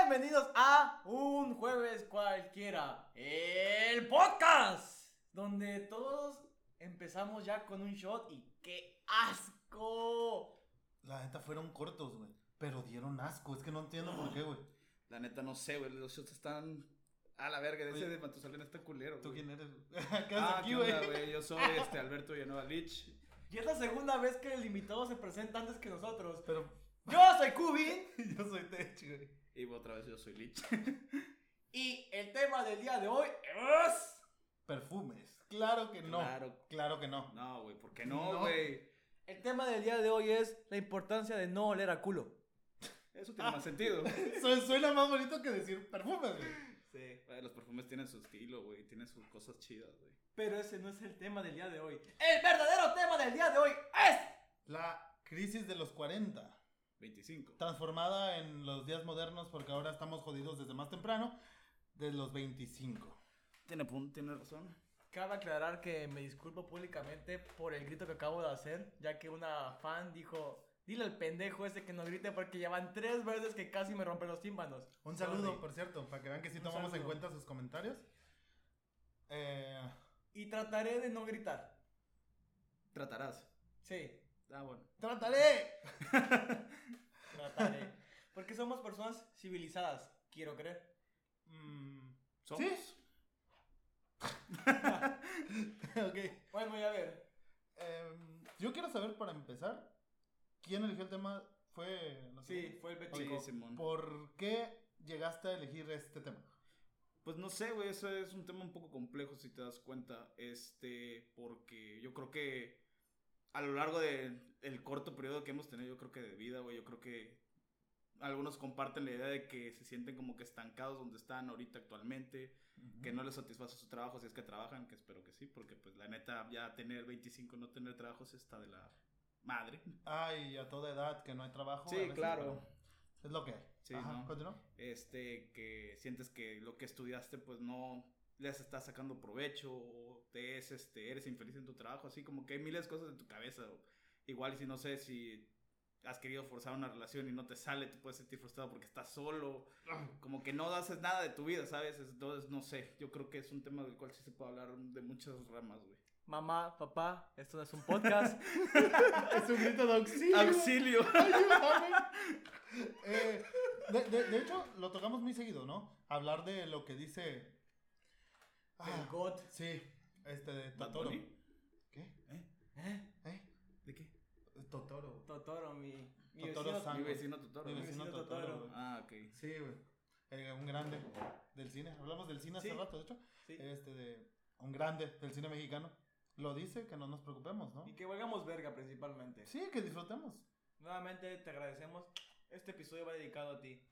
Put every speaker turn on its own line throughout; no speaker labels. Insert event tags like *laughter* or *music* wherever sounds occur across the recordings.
bienvenidos a Un Jueves Cualquiera, el podcast, donde todos empezamos ya con un shot y qué asco.
La neta fueron cortos, güey. Pero dieron asco. Es que no entiendo por qué, güey.
La neta, no sé, güey. Los shots están a la verga. De ese
Oye,
de Pantosalena está culero.
¿Tú
güey.
quién eres? *laughs* güey? ¿Qué haces
Ah,
aquí,
¿qué
güey?
onda, güey? Yo
*laughs*
soy este Alberto Villanueva Lich.
Y es la segunda vez que el invitado se presenta antes que nosotros.
Pero
Yo soy Cubin
yo soy Tech, güey.
Y otra vez yo soy Lich.
y el tema del día de hoy es...
Perfumes. Claro que *laughs* no.
Claro.
Claro que no.
No, güey, ¿por qué
No.
no, güey?
El tema del día de hoy es la importancia de no oler a culo.
Eso
Ah.
tiene más
*laughs*
sentido.
Su- suena más bonito que decir perfumes, güey.
Sí.
Güey, los perfumes tienen su estilo, güey. Tienen sus cosas chidas, güey.
Pero ese no es el tema del día de hoy. El verdadero tema del día de hoy es...
La crisis de los 40.
25.
Transformada en los días modernos porque ahora estamos jodidos desde más temprano. De los 25.
Tiene, pun- tiene razón.
Cabe aclarar que me disculpo públicamente por el grito que acabo de hacer, ya que una fan dijo, dile al pendejo ese que no grite porque ya van tres veces que casi me rompe los tímpanos.
Un saludo,
Sorry.
por cierto, para que vean que sí
Un
tomamos en
saludo.
cuenta sus comentarios. Eh,
Y trataré de no gritar.
Tratarás.
Sí,
Ah, bueno.
¡Trataré!
trataré. *laughs* porque somos personas civilizadas, quiero creer.
Mm,
¿Somos?
¿Sí? *laughs* ok.
Bueno, voy a ver.
Em, yo quiero saber para empezar, ¿quién eligió el tema? Fue... no sé.
Sí, fue el
Sí,
pechico.
Simón.
¿Por qué llegaste a elegir este tema?
Pues no sé, güey, eso es un tema un poco complejo si te das cuenta, este, porque yo creo que a lo largo del corto periodo que hemos tenido, yo creo que de vida, güey, yo creo que algunos comparten la idea de que se sienten como que estancados donde están ahorita actualmente, que no les satisface su trabajo si es que trabajan, que espero que sí, porque pues la neta ya tener 25 no tener trabajos está de la madre.
Ay, a toda edad, que no hay trabajo.
Sí,
a veces,
claro.
pero Es lo que hay.
Sí,
Ajá,
¿no?
continúa.
este, que sientes que lo que estudiaste pues no les estás sacando provecho o te es, este, eres infeliz en tu trabajo, así como que hay miles de cosas en tu cabeza. o igual si no sé si has querido forzar una relación y no te sale, te puedes sentir frustrado porque estás solo,
Ah.
como que no haces nada de tu vida, ¿sabes? Entonces, no sé, yo creo que es un tema del cual sí se puede hablar de muchas ramas, güey.
Mamá, papá, esto no es un *laughs* podcast.
Es un grito de auxilio.
¡Auxilio!
Ayúdame. Eh, de, de- de hecho, lo tocamos muy seguido, ¿no? Hablar de lo que dice. ah,
el God.
Sí, este de
¿Bad
Totoro.
Bunny?
¿Qué?
¿Eh?
¿Eh?
¿Eh?
¿De qué?
Totoro.
Totoro, mi... mi
Totoro
vecino-
San.
Mi vecino Totoro.
Mi
güey.
vecino
vecino
Totoro.
Totoro.
güey.
Ah, ok.
Sí, güey. Eh, un grande del cine. Hablamos del cine hace
Sí.
rato, de hecho.
Sí.
Este de. Un grande del cine mexicano. Lo dice que no nos preocupemos, ¿no?
Y que valgamos verga principalmente.
Sí, que disfrutemos.
Nuevamente te agradecemos. Este episodio va dedicado a ti.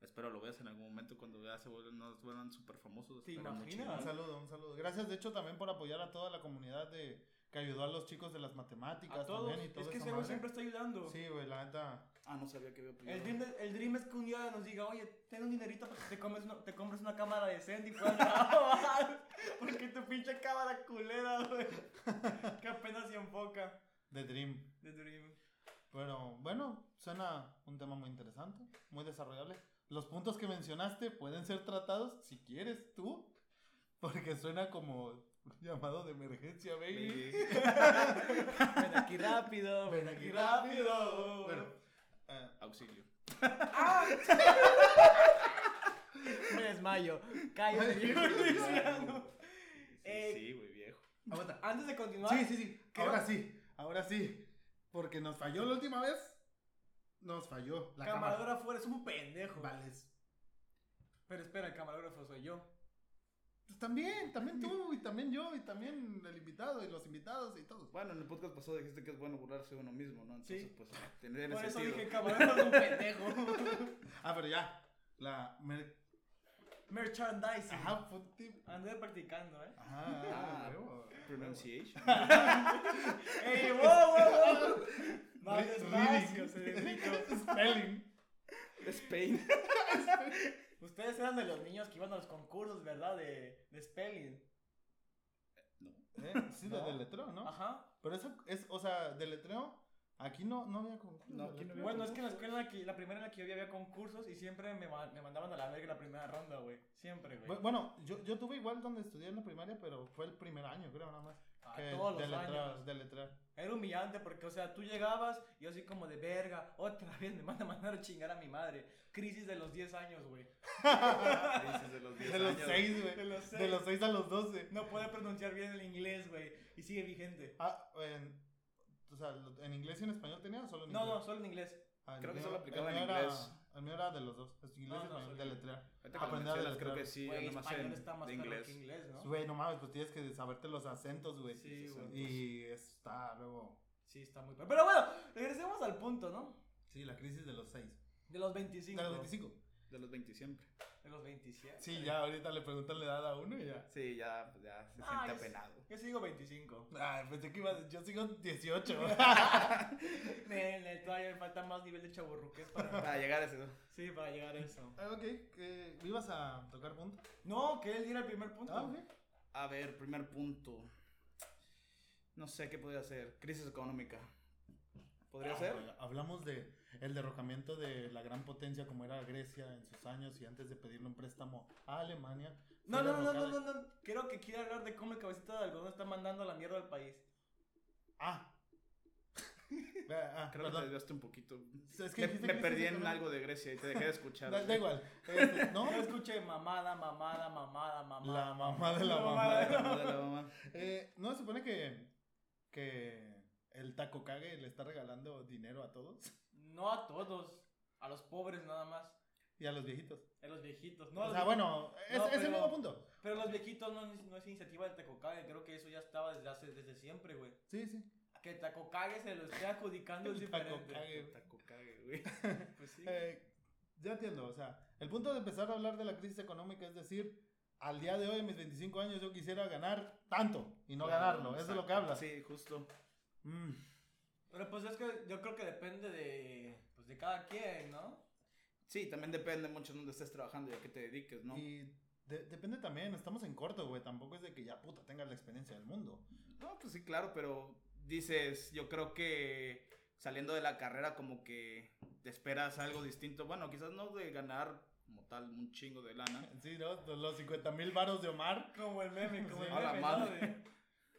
Espero lo veas en algún momento cuando ya se vuelvan, nos vuelvan súper famosos.
¿Te
Espero mucho.
imaginas?
Un saludo, un saludo. Gracias, de hecho, también por apoyar a toda la comunidad de que ayudó a los chicos de las matemáticas
A todos.
también y todo
es que
esa
ese güey
madre.
siempre está ayudando.
Sí, güey, la neta.
Ah, no sabía que había
El
pillado.
dream, de- el dream es que un día nos diga, oye, ten un dinerito para que te, comes una- te compres una cámara decente y puedas grabar. *laughs* Porque tu pinche cámara culera, güey. Que apenas se enfoca.
The Dream.
The dream.
Pero bueno, suena un tema muy interesante, muy desarrollable. Los puntos que mencionaste pueden ser tratados si quieres tú, *laughs* porque suena como un llamado de emergencia, baby.
*laughs* Ven aquí rápido, ven aquí rápido.
Bueno, eh,
Auxilio.
Me desmayo. Cállate,
*laughs* Ay,
señor
Dios.
Luciano.
Sí,
Eh,
sí, güey, viejo.
aguanta.
Antes de continuar.
eh,
Sí, sí, sí.
creo-
Ahora sí, ahora sí. Porque nos falló la última vez. Nos falló la cámara.
Camarógrafo, eres un pendejo.
Vales.
Pero espera, el camarógrafo soy yo.
Pues
*laughs*
también, también tú, y también yo, y también el invitado, y los invitados, y todos.
Bueno, en el podcast pasado dijiste que es bueno burlarse de uno mismo, ¿no? Entonces,
Sí.
pues, tener
Por
ese
eso
sentido.
dije, camarógrafo es un pendejo.
*laughs* Ah, pero ya. La. mer-
Merchandising.
Ajá, futi-
Anduve practicando,
*laughs*
eh.
*laughs*
Ajá,
Ah,
huevo.
*laughs* Pronunciation.
¡Ey, wow, wow, wow! Más
Re-
despacio,
reading. *laughs*
Cedrito.
Spelling.
*laughs*
Spain.
Ustedes eran de los niños que iban a los concursos, ¿verdad? De, de spelling.
No.
Eh, Sí, de
No.
deletreo, ¿no?
Ah.
Ajá.
Pero eso es, o sea, deletreo Aquí no, no había concursos.
No, aquí no había
Bueno, es que en la escuela, en la, que- la primera en la que yo había, había concursos y siempre me, ma- me mandaban a la verga la primera ronda, güey. Siempre,
Bu-
güey.
Bueno, yo, yo tuve igual donde estudié en la primaria, pero fue el primer año, creo, nada más.
Ah,
A
que
todos los
deletrear-
años.
deletrear.
Era humillante porque, o sea, tú llegabas y yo así como de verga, otra *laughs* vez me mandan a mandar a chingar a mi madre. Crisis de los 10 años, güey.
Crisis de los 10
De los
años.
seis, güey.
De los 6.
De los seis a los 12.
No puede pronunciar bien el inglés, güey. Y sigue vigente.
Ah, en, o sea, lo- ¿en inglés y en español tenía o solo en
No,
inglés?
no, solo en inglés.
Ah,
creo que
el mío-
solo aplicaba
el
en
mío era-
inglés.
El mío era de los dos. Es inglés
No,
y
no,
español,
solo-
deletrear.
Ahorita que lo
Aprender a
mencionas, creo
deletrear.
que sí,
Güey,
yo nomás en
español está más
de
caro
inglés.
que inglés, ¿no?
Güey, no mames, pues tienes que saberte los acentos, güey.
Sí,
sí,
güey.
Y está luego.
Sí, está muy... Pero bueno, regresemos al punto, ¿no?
Sí, la crisis de los seis.
De los
De
25.
los 25.
De los 20 siempre.
De los 27.
Sí, ya ahorita le preguntan la edad a uno y ya.
Sí, ya, ya se
Ah,
siente
yo-
apenado.
Yo sigo 25.
Ay, pensé que ibas. Yo sigo 18.
Nene, todavía me falta más nivel de chaburruques para...
Para llegar a ese.
Sí, para llegar a eso.
Ah, ok, eh, ¿ibas a tocar punto?
No, que él diera el primer punto.
Ah, ok.
A ver, primer punto. No sé qué podría ser. Crisis económica. ¿Podría
Ah,
ser?
Hablamos de el derrocamiento de la gran potencia como era Grecia en sus años y antes de pedirle un préstamo a Alemania.
No,
fue
no, no, no,
derrocada-
no, no, no. Creo que quiere hablar de cómo el cabecita de algodón está mandando a la mierda al país.
Ah. Ah,
Creo que te
perdón.
desviaste un poquito.
Es que
Me, me
dijiste crisis
perdí en
económica.
algo de Grecia y te dejé de escuchar.
*laughs* Da, da
güey. *laughs*
igual. Este,
*laughs*
no,
Yo escuché mamada, mamada, mamada, mamada.
la mamá de la
La
mamá.
mamá
Madre, madre, la mamá.
Eh, no, se supone que, que el Taco Kage le está regalando dinero a todos *laughs*
No a todos. A los pobres nada más.
y a los viejitos.
A los viejitos. No, a
o
los
sea,
vie-
bueno, es,
No,
es el
pero-
mismo punto.
Pero los viejitos no, es- no es iniciativa del Tacocage, creo que eso ya estaba desde hace desde siempre, güey.
Sí, sí.
Que el Tacocage se lo esté adjudicando es
*laughs* El Taco
diferente.
Kage.
Taco cague, güey.
Pues sí.
Eh, ya entiendo, o sea, el punto de empezar a hablar de la crisis económica es decir, al día de hoy, en mis 25 años, yo quisiera ganar tanto y no ganarlo. Eso es lo que
Exacto.
hablas.
Sí, justo.
Mm.
Pero pues es que yo creo que depende de pues de cada quien, ¿no?
Sí, también depende mucho de dónde estés trabajando y a qué te dediques, ¿no?
Y de- depende también, estamos en corto, güey. Tampoco es de que ya puta tengas la experiencia del mundo. *laughs*
No, pues sí, claro, pero dices, yo creo que saliendo de la carrera como que te esperas algo distinto. Bueno, quizás no de ganar como tal un chingo de lana.
Sí, ¿no? Los 50 mil varos de Omar.
Como el meme, como
Sí.
el
A la
meme, ¿no?
madre.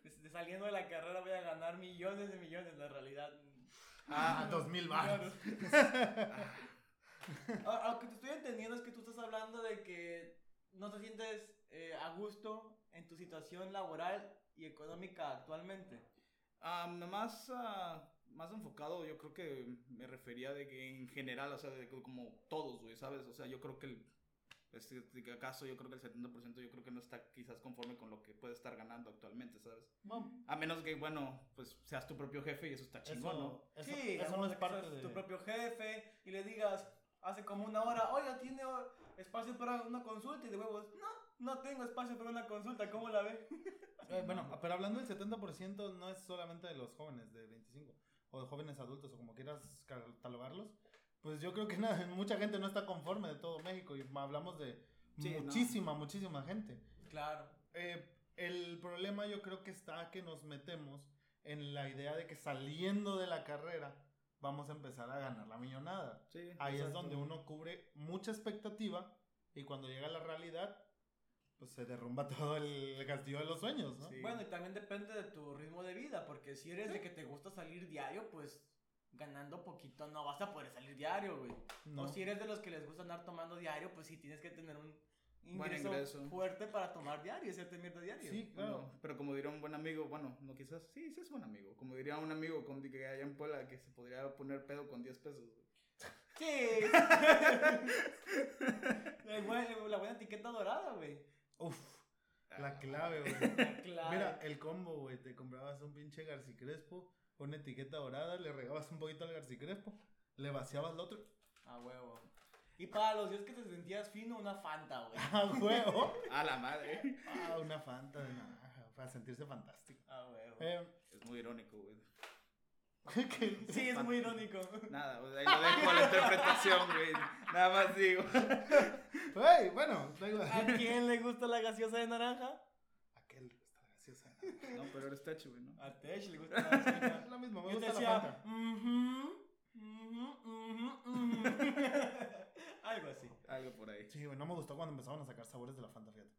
De, de- de saliendo de la carrera voy a ganar millones de millones, la realidad.
*laughs* Ah,
Ah,
2 mil *laughs* varos.
Ah. A- a Lo que te estoy entendiendo es que tú estás hablando de que no te sientes eh, a gusto en tu situación laboral y económica actualmente.
ah, más, ah, más enfocado, yo creo que me refería de que en general, o sea, de que como todos, güey, ¿sabes? O sea, yo creo que el... Este, que acaso yo creo que el 70% yo creo que no está quizás conforme con lo que puede estar ganando actualmente, ¿sabes?
Bueno,
A menos que, bueno, pues seas tu propio jefe y eso está chingón, ¿no?
eso, eso,
sí,
eso no
vamos
es
a que
parte
seas
de.
tu propio jefe y le digas hace como una hora, oiga, tiene espacio para una consulta y de huevos, no, no tengo espacio para una consulta, ¿cómo la ve?
Eh, bueno, pero hablando del 70% no es solamente de los jóvenes de 25 o de jóvenes adultos o como quieras catalogarlos. Pues yo creo que *laughs* nada, mucha gente no está conforme de todo México y hablamos de
Sí, no.
muchísima, muchísima gente.
Claro.
Eh, el problema yo creo que está que nos metemos en la idea de que saliendo de la carrera vamos a empezar a ganar la millonada.
Sí.
Ahí es
Exacto.
donde uno cubre mucha expectativa y cuando llega la realidad, pues se derrumba *laughs* todo el castillo de los sueños, ¿no?
Sí.
Bueno, y también depende de tu ritmo de vida, porque si eres de que te gusta salir diario, pues ganando poquito no vas a poder salir diario, güey.
No.
O si eres de los que les gusta andar tomando diario, pues sí tienes que tener un
Buen
ingreso,
ingreso.
fuerte para tomar diario y hacerte mierda diario.
Sí, claro.
Bueno, pero como diría un buen amigo, bueno, no quizás, sí, sí es buen amigo. Como diría un amigo con, que allá en Puebla que se podría poner pedo con 10 pesos. güey.
Sí.
*laughs*
la, buena, la buena etiqueta dorada, güey.
Uf, la
Ah,
Ah. *laughs*
clave, güey.
Claro.
Mira, el combo, güey, te comprabas un pinche garcicrespo, una etiqueta dorada, le regabas un poquito al garcicrespo, le vaciabas el otro. *laughs*
A huevo. Y para los días que te sentías fino, una fanta, güey.
¡A huevo!
A la madre.
oh.
*laughs*
Ah, una fanta de naranja, para sentirse fantástico.
A huevo.
*laughs* Eh,
Es muy irónico, güey.
que-
Sí, es muy irónico.
*laughs*
Nada, pues ahí lo dejo a la interpretación, güey. Nada más digo.
Güey, bueno, luego-
Ah. ¿A quién le gusta la gaseosa de naranja?
Aquel, está graciosa.
No, pero eres tacho, güey, ¿no?
A Tesh le gusta la
*laughs*
chica.
La misma, me
Yo te
gusta la
decía,
Fanta.
"Ujú, ujú, ujú, *laughs* ujú". Algo así.
Algo por ahí.
Sí, güey, no me gustó cuando empezaban a sacar sabores de la Fanta, fíjate.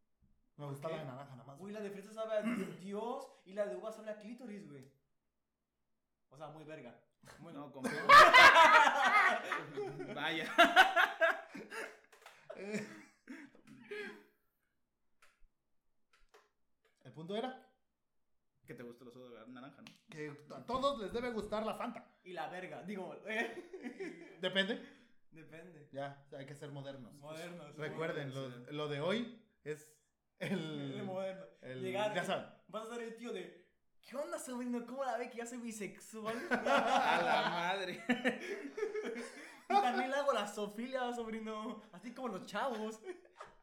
Me gusta
qué?
la de naranja nada más.
Uy, la de fresa sabe a Dios y la de uva sabe a clítoris, güey. O sea, muy verga. Muy-
No, *laughs* confío. Vaya.
Eh. El punto era
Que te gusta la soda ¿verdad? naranja, ¿no?
que a todos les debe gustar la Fanta.
Y la verga, digo,
*laughs*
eh.
Depende.
Depende.
Ya, hay que ser modernos. Pues,
Modernos.
Recuerden, lo, lo de hoy es
*laughs* El de
el.
moderno.
el-
Llegar-
ya saben.
Vas a ser el tío de. ¿Qué onda, sobrino? ¿Cómo la ve que ya soy bisexual?
A la madre.
Y también le hago la sofilia, sobrino. Así como los *laughs* chavos.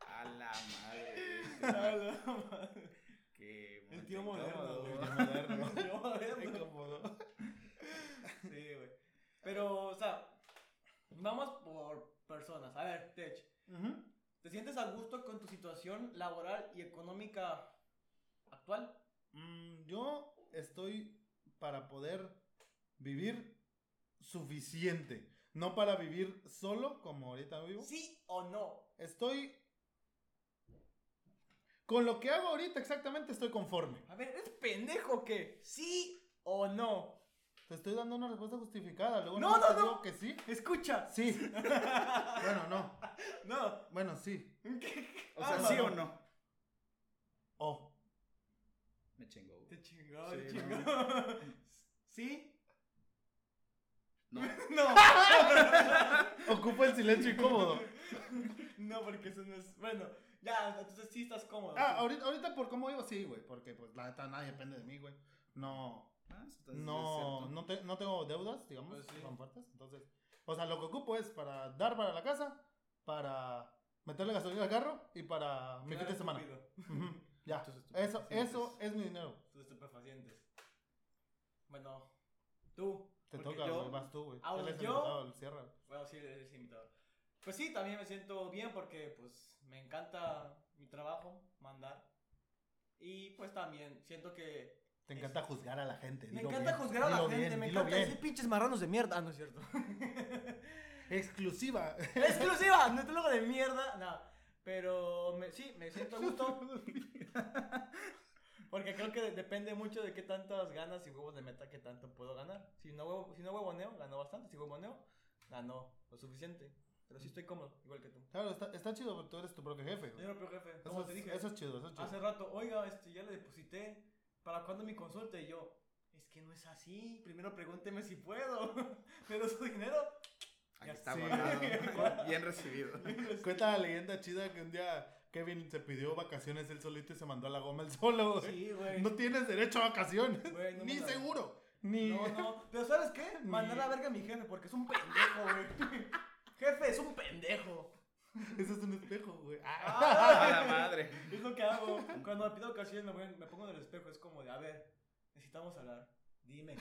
A la
A
madre. güey.
la madre.
Qué
El tío
momento
moderno,
incómodo,
güey.
El
güey.
de
*laughs* Yo,
moderno.
*laughs* moderno.
Incómodo.
Sí, güey. Pero, o sea, vamos por personas. A ver, Tech,
Ujú.
¿te sientes a gusto con tu situación laboral y económica actual?
Mm, yo estoy para poder vivir suficiente. No para vivir solo, como ahorita vivo.
¿Sí o no?
Estoy. Con lo que hago ahorita exactamente estoy conforme.
A ver, ¿es pendejo que ¿Sí o no?
Te estoy dando una respuesta justificada. Luego
No, no,
te digo
no.
que sí.
Escucha.
Sí.
*laughs*
bueno, no.
No.
Bueno, sí.
O sea,
Ah,
¿sí o
mamá.
no?
Oh.
Me chingó, güey.
Te chingó, te
Sí,
chingó. ¿Sí?
No.
*laughs* No.
Ocupa el silencio incómodo.
*laughs* No, porque eso no es. Bueno, ya, entonces sí estás cómodo.
Ah, ahorita, ahorita por cómo vivo, sí, güey. Porque pues la neta nadie depende de mí, güey. No.
Ah, eso está-
No,
es cierto.
no, te- no tengo deudas, digamos,
Pues sí.
tan fuertes. Entonces, o sea, lo que ocupo es para dar para la casa, para meterle gasolina al carro y para mi fin de semana. Ujú, Ya.
Tus estupefacientes.
Eso, eso es mi dinero.
Tus estupefacientes. Bueno, tú.
Te
porque
toca,
yo-
güey, vas tú, güey.
Ah,
Él
bueno,
es el
yo-
invitado, él cierra.
Bueno, sí, eres invitado. Pues sí, también me siento bien porque pues me encanta mi trabajo, mandar. Y pues también siento que...
Te encanta juzgar a la gente.
Me
dilo
encanta
bien,
juzgar a la
dilo
gente,
bien,
me
dilo
encanta
bien.
decir pinches marranos de mierda. Ah, no es cierto. *laughs*
Exclusiva. *laughs*
¡Exclusiva! No te logo de mierda. No. Pero me- sí, me siento a *laughs* gusto. Porque creo que depende mucho de qué tantas ganas y huevos de meta que tanto puedo ganar. Si no, huevo, si no huevoneo, ganó bastante. Si huevoneo, ganó lo suficiente. Pero sí estoy cómodo, igual que tú.
Claro, está, está chido, pero tú eres tu propio jefe. güey.
Señor propio jefe, como
Eso,
te
es,
dije
eso es chido, eso es chido.
hace rato, oiga, este, ya le deposité. ¿Para cuándo mi consulta? Y yo, es que no es así. Primero pregúnteme si puedo. *laughs* Pero su dinero. *laughs*
Ahí
Ya
está
sí.
guardado. Bien recibido. *laughs*
Cuenta la leyenda chida que un día Kevin se pidió vacaciones él solito y se mandó a la goma él solo, güey.
Sí, güey.
No tienes derecho a vacaciones.
Güey, no me
ni
la-
seguro. Ni.
No, no. Pero ¿sabes *laughs* qué? Mandar la verga a mi jefe porque es un pendejo, güey. *laughs* Jefe, es un *laughs* pendejo.
Eso es un espejo, güey. Ah.
A
Ah,
la madre.
es lo que hago. Cuando me pido ocasiones me, voy- me pongo en el espejo. Es como de, a ver, necesitamos hablar. *laughs* Dime.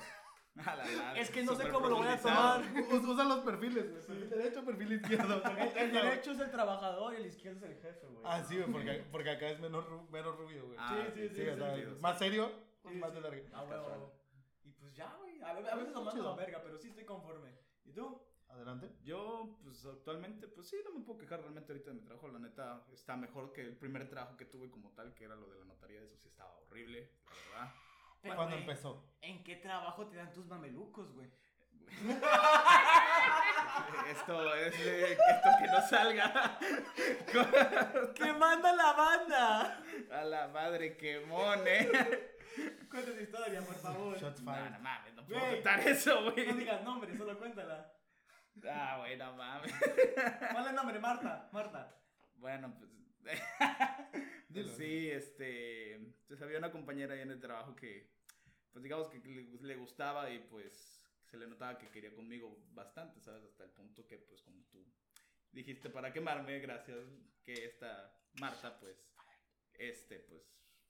A la madre.
Es que no sé
Súper
cómo lo voy a
profundizado.
tomar.
Us- Usa los perfiles, güey. Perfil derecho, perfil izquierdo.
El, *laughs* el derecho es el trabajador y el izquierdo es el jefe, güey.
Ah, sí, güey, porque, porque acá es menos, ru- menos rubio, güey.
Ah,
Sí, sí, sí,
Sí, o
sí,
sea,
sentido, sí.
más serio,
Sí,
más
sí.
de larga.
Ah, huevo.
Casual.
Y pues ya, güey. A, ve- a veces lo mando a
Chido.
la verga, pero sí estoy conforme. ¿Y tú?
Adelante.
Yo, pues actualmente, pues sí, no me puedo quejar realmente ahorita de mi trabajo. La neta está mejor que el primer trabajo que tuve como tal, que era lo de la notaría. Eso sí estaba horrible,
*laughs*
la verdad.
Pero,
¿Cuándo
güey,
empezó?
¿En qué trabajo te dan tus mamelucos, *laughs* güey?
Esto es eh, esto que no salga.
¡Te manda la banda!
A la madre, que mone.
Cuenta tu historia, por favor.
Shots
No, no
fired.
mames, no puedo
Güey.
contar eso,
*laughs* No
güey.
digas nombre, solo cuéntala.
Ah, güey, no mames.
¿Cuál es el nombre? Marta, Marta.
Bueno, pues. *laughs*
Dilo.
sí, este. Pues había una compañera ahí en el trabajo que, pues digamos que le, le gustaba y pues se le notaba que quería conmigo bastante, ¿sabes? Hasta el punto que, pues, como tú dijiste para quemarme, gracias que esta Marta, pues, este, pues,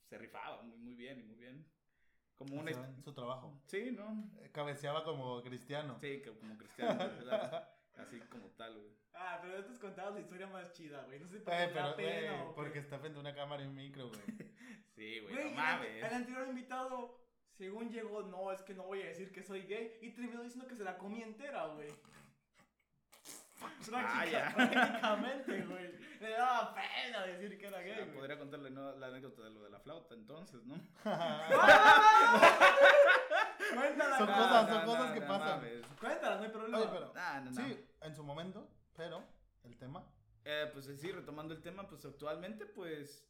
se rifaba muy, muy bien y muy bien. Como una.
Se ve en Su trabajo.
Sí, ¿no?
Mm.
Cabeceaba como cristiano.
Sí, que como cristiano, ¿verdad? Así como tal, güey.
Ah, pero estos contados la historia más chida, güey. No sé por qué
Güey, Eh, pero,
da
güey,
pena. o qué.
porque está frente a una cámara y un micro, güey.
Sí,
Güey,
güey, no
el ante-
mames.
el anterior invitado, según llegó, no, es que no voy a decir que soy gay. Y terminó diciendo que se la comí entera, güey. Práctica-
Ah,
Vaya.
prácticamente, *laughs* güey. Le daba pena decir que era
Ah,
gay. güey.
Podría contarle ¿no? la anécdota de lo de la flauta, entonces, ¿no?
Cuéntala,
Son
güey.
cosas- son cosas que
no
pasan.
mames.
Cuéntala, no hay problema.
Oye, pero.
Ah, no, no.
Sí, en su momento, pero el tema.
Eh, pues sí, retomando el tema, pues actualmente, pues,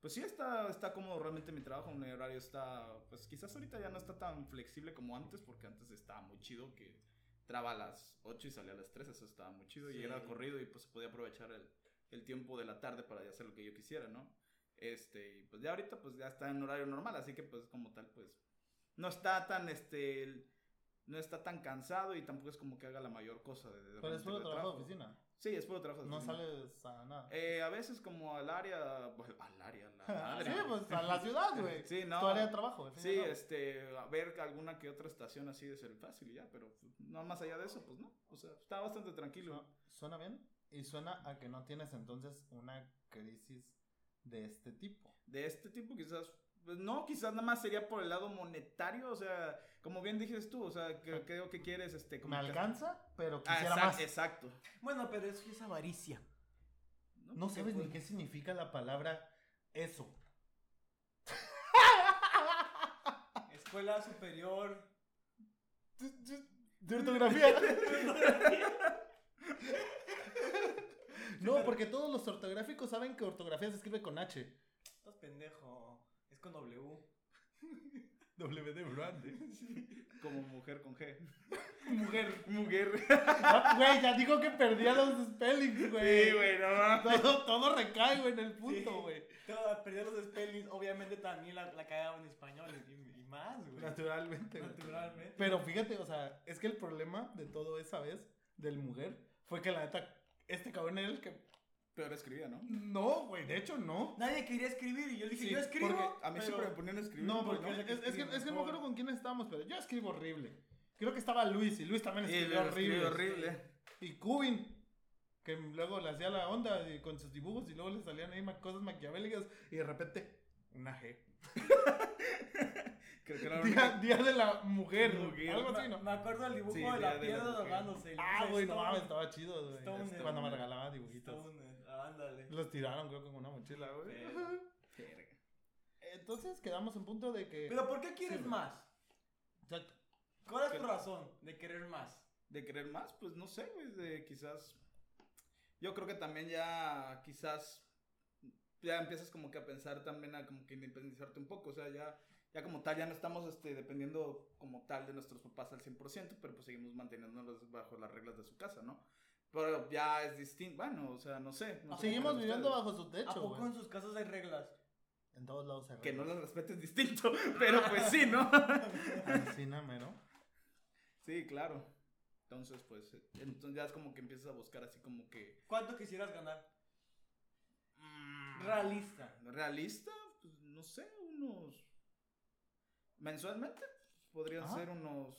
pues sí está, está cómodo realmente mi trabajo, mi horario está, pues quizás ahorita ya no está tan flexible como antes, porque antes estaba muy chido que traba a las 8 y salía a las 3, eso estaba muy chido
Sí.
y era corrido y pues podía aprovechar el, el tiempo de la tarde para hacer lo que yo quisiera, ¿no? Este, y pues ya ahorita pues ya está en horario normal, así que pues como tal, pues no está tan, este, el- no está tan cansado y tampoco es como que haga la mayor cosa de, de
Pero es
realmente
puro
de
trabajo de oficina.
Sí, es puro trabajo de
No
oficina.
sales a nada.
Eh, a veces como al área, bueno, al área, la madre.
*laughs* Sí, pues a la ciudad, güey.
Sí, no.
Tu área de trabajo. al fin y
Sí,
al cabo.
este, a ver alguna que otra estación así de ser fácil y ya, pero pues, no más allá de eso, pues no. O sea, está bastante tranquilo.
Su- Suena bien y suena a que no tienes entonces una crisis de este tipo.
De este tipo quizás, pues, no, quizás nada más sería por el lado monetario, o sea, como bien dices tú, o sea, que- creo que quieres, este, como
Me
que-
alcanza, pero
Ah,
quisiera
exact-
más.
exacto.
Bueno, pero eso es avaricia.
No
pues,
sabes
pues,
ni qué significa la palabra eso.
Escuela superior.
*laughs*
*laughs*
De ortografía. No, porque todos los ortográficos saben que ortografía se escribe con H.
Estás pendejo. Es con
*laughs*
W.
W de Brande.
Como mujer con
*laughs*
G. mujer, mujer.
Ah, Güey, ya digo que perdía los spellings, güey.
Sí, güey, no mames.
Todo, todo recae, güey, en el punto,
Sí.
güey.
Todo, perder los spellings, obviamente también la, la cagaba en español y, y más, güey.
Naturalmente, güey.
Naturalmente.
Pero fíjate, o sea, es que el problema de todo esa vez, del mujer, fue que la neta, este cabrón era el que.
Peor escribía, ¿no?
No, güey, de hecho no.
Nadie quería escribir y yo dije,
Sí,
yo escribo.
Porque a mí
pero-
siempre me ponían a escribir.
No,
güey,
porque es,
Yo sé que
es que,
escribo
es que no me acuerdo
mejor.
con quién estábamos, pero yo escribo horrible. Creo que estaba Luis y Luis también
Sí,
escribió
lo escribí
horrible.
horrible.
Y Cubin, que luego le hacía la onda y- con sus dibujos y luego le salían ahí ma- cosas maquiavélicas y de repente, una G.
Creo que era la
Día,
única-
día de la mujer,
Mujer.
algo
Me-
así, ¿no?
Me acuerdo del dibujo
Sí,
de la
de- de
piedra
la mujer.
drogándose.
Ah, güey, no
Stone-
mames, estaba chido, güey.
Stoner.
Es Cuando me regalaba dibujitos.
Stoner, ándale.
Los tiraron, creo, con una mochila, güey.
Verga. Verga.
Entonces quedamos en punto de que.
Pero ¿por qué quieres
güey.
más?
Exacto.
¿Cuál es
Que-
tu razón de querer más?
De querer más, pues no sé, güey, de quizás... Yo creo que también ya quizás ya empiezas como que a pensar también a como que independizarte un poco, o sea, ya, ya como tal, ya no estamos este, dependiendo como tal de nuestros papás al 100%, pero pues seguimos manteniéndonos bajo las reglas de su casa, ¿no? Pero ya es distinto, bueno, o sea, no sé. no sé
Seguimos
cómo crean
viviendo
ustedes.
bajo su
¿A
techo,
poco
güey.
en sus casas hay reglas?
En todos lados se
Que no
regla.
las respetes distinto, *laughs* pero pues sí, ¿no?
*laughs* Alucíname, ¿no?
*laughs* Sí, claro. Entonces, pues, eh, entonces ya es como que empiezas a buscar así como que...
¿Cuánto quisieras ganar?
mm,
Realista.
¿Realista? Pues, no sé, unos... Mensualmente podrían
Ajá.
ser unos...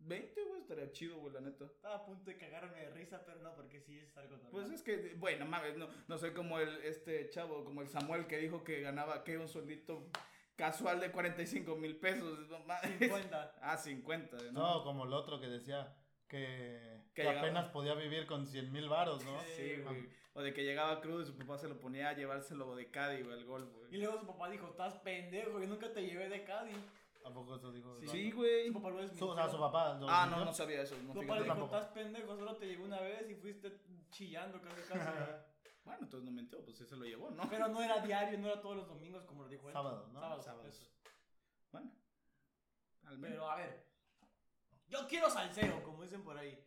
20, güey, estaría chido, güey, la neta.
Estaba a punto de cagarme de risa, pero no, porque sí es algo normal.
Pues es que, bueno, mames, no, no soy como el, este chavo, como el Samuel que dijo que ganaba, que un sueldito casual de 45 mil pesos, no mames.
50.
Ah, 50, ¿no?
No, como el otro que decía que,
Que
que
llegaba.
apenas podía vivir con 100 mil varos, ¿no?
Sí, güey. O de que llegaba crudo y su papá se lo ponía a llevárselo de Cádiz, güey, al gol,
Y
güey.
luego su papá dijo, estás pendejo, yo nunca te llevé de Cádiz.
¿A poco eso dijo? el
Sí,
vato?
Sí, güey.
Su papá lo
Su-
desmintió.
o sea, su papá. lo
Ah,
sintió.
no, no sabía eso. No,
Tu papá
fíjate.
le dijo,
tampoco.
estás pendejo, solo te llevé una vez y fuiste chillando casi casi.
Bueno, entonces no mintió, pues sí se lo
*laughs*
llevó, ¿no?
Pero no era diario, no era todos los domingos como lo dijo él.
Sábado, ¿no?
Sábado,
Sábados.
eso.
Bueno. Al menos.
Pero a ver, yo quiero salseo, como dicen por ahí.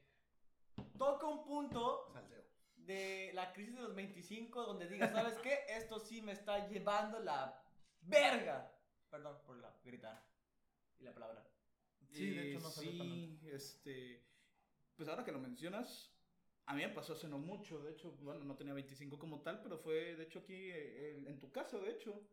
Toca un punto
Salseo.
de la crisis de los 25 donde diga, ¿sabes qué? Esto sí me está llevando la verga. Perdón por la gritar y la palabra.
Sí, de
Eh,
hecho, no sabía
Sí, este. Pues ahora que lo mencionas, a mí me pasó hace no mucho. De hecho, bueno, no tenía 25 como tal, pero fue, de hecho, aquí eh, en- en tu casa, de hecho.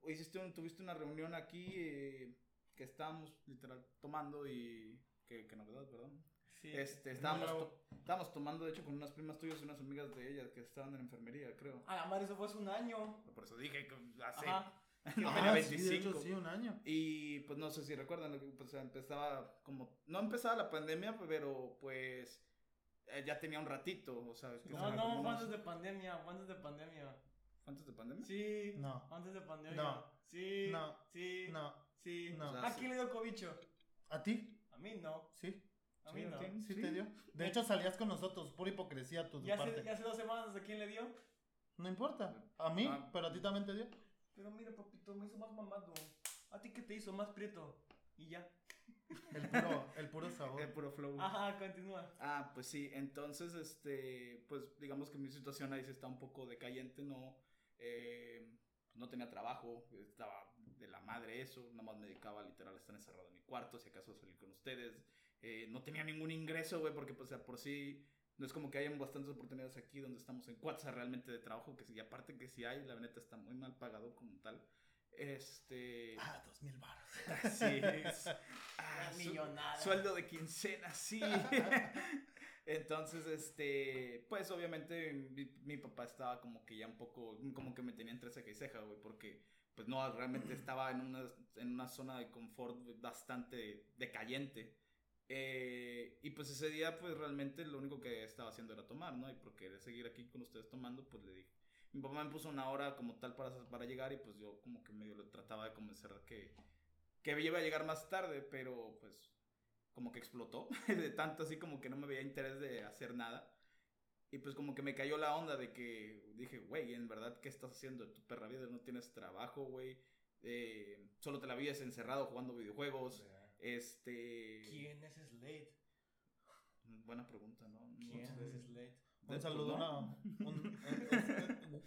O Hiciste un- tuviste una reunión aquí eh, que estábamos literal tomando y. Que, que novedad, perdón.
Sí.
Este,
Es
estábamos,
muy
to- estábamos tomando, de hecho, con unas primas tuyas y unas amigas de ella que estaban en enfermería, creo.
A la madre, eso fue hace un año.
Por eso dije que hace.
*laughs* Ajá.
Yo
Ah,
tenía
sí, de
25.
hecho, sí, un año.
Y pues no sé si recuerdan, lo que, pues, empezaba como. No empezaba la pandemia, pero pues. eh, ya tenía un ratito, o sabes. que
No,
estaba como
no, fue
unos-
antes de pandemia, fue antes de pandemia.
¿Antes de pandemia?
Sí.
No.
Antes de pandemia.
No.
Sí.
No.
Sí.
No.
Sí.
No.
¿A quién le dio cobicho?
¿A ti?
A mí no.
Sí.
A
Sí,
mí
¿a
no.
quién?
Sí,
Sí.
te dio. De hecho, salías con nosotros, pura hipocresía tu
Ya
Pues, parte.
hace, ya hace dos semanas, ¿a quién le dio?
No importa. A mí,
Ah.
pero a ti también te dio.
Pero mira, papito, me hizo más mamado. ¿A ti qué te hizo? Más prieto. Y ya.
El puro, el puro sabor.
Eh, puro flow.
Ajá, continúa.
Ah, pues sí, entonces, este, pues digamos que mi situación ahí sí está un poco decayente, no, eh, no tenía trabajo, estaba de la madre eso, nada más me dedicaba literal a estar encerrado en mi cuarto, si acaso a salir con ustedes, eh, no tenía ningún ingreso, güey, porque pues de por sí, no es como que hayan bastantes oportunidades aquí donde estamos en Cuatza realmente de trabajo, que sí, y aparte que si hay, la neta está muy mal pagado como tal,
*laughs*
este,
Ah, dos mil baros.
sí, es- ah,
Una
su-
millonada.
Sueldo de quincena, sí. Entonces, este, pues obviamente mi, mi papá estaba como que ya un poco, como que me tenía entre ceja y ceja, güey, porque pues no, realmente estaba en una, en una zona de confort bastante decayente. Eh, y pues ese día, pues realmente lo único que estaba haciendo era tomar, ¿no? Y porque querer seguir aquí con ustedes tomando, pues le dije, mi papá me puso una hora como tal para, para llegar y pues yo como que medio lo trataba de convencer que, que me iba a llegar más tarde, pero pues como que explotó, *laughs* de tanto así como que no me veía interés de hacer nada. Y pues como que me cayó la onda de que dije, güey, en verdad, ¿qué estás haciendo de tu perra vida? No tienes trabajo, güey. Eh, solo te la vives encerrado jugando videojuegos. Este...
¿Quién es Slade?
Buena pregunta, ¿no? No
¿Quién
sé.
es Slade?
Un
Deadpool,
saludo
¿no?
a un, un-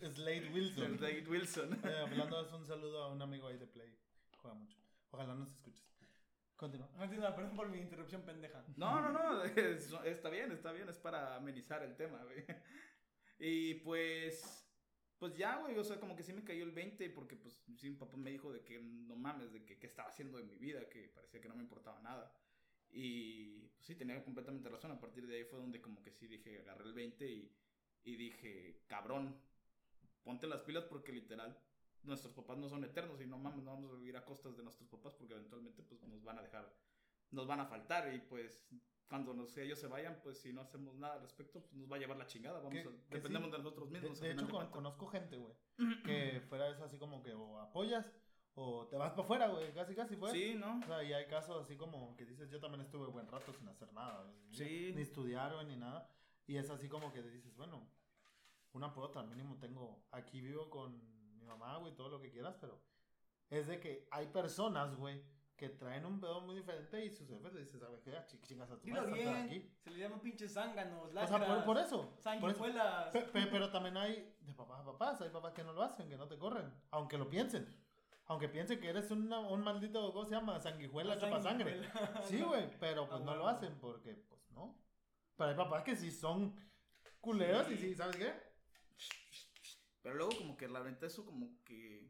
un- Slade Wilson.
Del *laughs* David Wilson.
Eh, hablando, es un saludo a un amigo ahí de Play. Juega mucho. Ojalá nos escuches. Continúa.
*laughs* Continúa, perdón por mi interrupción pendeja.
No, no, no, *laughs* es- está bien, está bien, es para amenizar el tema, güey. *laughs* Y pues, pues ya, güey, o sea, como que sí me cayó el 20 porque pues sí, mi papá me dijo de que no mames, de que qué estaba haciendo de mi vida, que parecía que no me importaba nada. Y pues sí, tenía completamente razón, a partir de ahí fue donde como que sí dije, agarré el 20 y, y dije, cabrón, ponte las pilas porque literal, nuestros papás no son eternos y no mames, no vamos a vivir a costas de nuestros papás porque eventualmente pues nos van a dejar nos van a faltar y pues cuando nos- ellos se vayan, pues si no hacemos nada al respecto, pues nos va a llevar la chingada, vamos
Que-
a-
que sí.
dependemos de nosotros
De,
mismos.
de
al final
hecho, con-
cuentas.
conozco gente, güey. Que fuera es así como que o apoyas o te vas para afuera, güey. Casi, casi, pues.
Sí, ¿no?
O sea, y hay casos así como que dices, yo también estuve buen rato sin hacer nada, güey,
Sí.
ni estudiar, güey, ni nada. Y es así como que dices, bueno, una por otra, mínimo tengo, aquí vivo con mi mamá, güey, todo lo que quieras, pero es de que hay personas, güey, que traen un pedo muy diferente y sus jefes le dicen, ¿sabes qué? Ah, chi- Chingas a tu
Dilo
madre, estás aquí.
bien. Se le llama pinches zánganos,
O
lacras,
sea, por, por eso. Por eso. *laughs*
sanguijuelas.
Pe- pe- pero también hay de papás a papás, hay papás que no lo hacen, que no te corren, aunque lo piensen. Aunque piensen que eres una- un maldito, ¿cómo se llama? Sanguijuela, chapa sangre.
Sanguijuela. *laughs*
Sí, güey, pero pues
Ah,
no
bueno.
lo hacen porque, pues no. Pero hay papás que sí son culeros y sí, ¿sabes qué?
Pero luego como que la neta eso como que...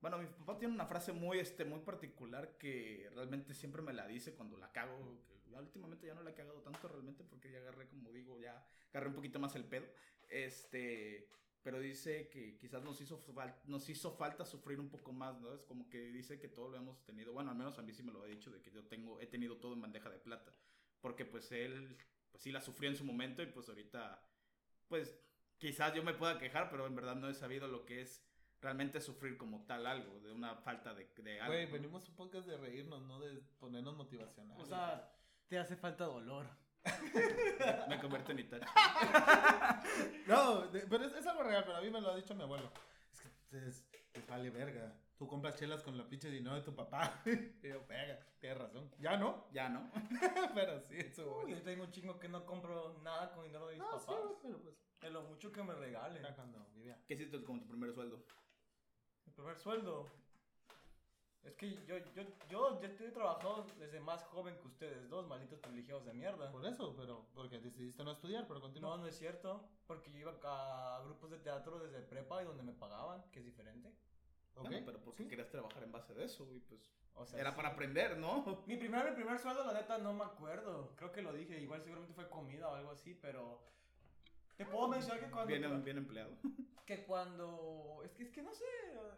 Bueno, mi papá tiene una frase muy, este, muy particular que realmente siempre me la dice cuando la cago. que ya últimamente ya no la he cagado tanto realmente porque ya agarré, como digo, ya agarré un poquito más el pedo. Este, pero dice que quizás nos hizo, fal- nos hizo falta sufrir un poco más, ¿no? Es como que dice que todo lo hemos tenido. Bueno, al menos a mí sí me lo ha dicho de que yo tengo, he tenido todo en bandeja de plata. Porque pues él, pues sí la sufrió en su momento y pues ahorita, pues quizás yo me pueda quejar, pero en verdad no he sabido lo que es realmente sufrir como tal algo, de una falta de, de algo.
Güey,
¿no? *laughs*
venimos un podcast de reírnos, no de ponernos motivacionales.
O sea, te hace falta dolor.
Me convierto en Itachi.
no, de- pero es, es algo real, pero a mí me lo ha dicho mi abuelo. Es que ustedes les vale verga. Tú compras chelas con la pinche dinero de tu papá. *laughs* y yo, verga, tienes razón. Ya no, *laughs*
Ya, ¿no?
pero sí, eso,
Uy,
güey.
yo tengo un chingo que no compro nada con dinero de mis
No,
papás.
sí, güey, pero pues.
De lo mucho que me regalen.
Era cuando vivía.
¿Qué hiciste como tu primer sueldo?
Mi primer sueldo. Es que yo, yo, yo ya estoy trabajado desde más joven que ustedes dos, malditos privilegiados de mierda.
Por eso, pero porque decidiste no estudiar, pero
No,
continúa.
no es cierto, porque yo iba a grupos de teatro desde prepa y donde me pagaban, que es diferente.
¿Ok?
Bueno, pero porque
sí.
querías trabajar en base de eso, güey, pues.
O sea,
Era
sí.
para aprender, ¿no?
Mi primer, mi primer sueldo, la neta, no me acuerdo. Creo que lo dije. Igual seguramente fue comida o algo así, pero... Te puedo mencionar que cuando...
Bien, em- bien empleado.
Que cuando... Es que, es que no sé.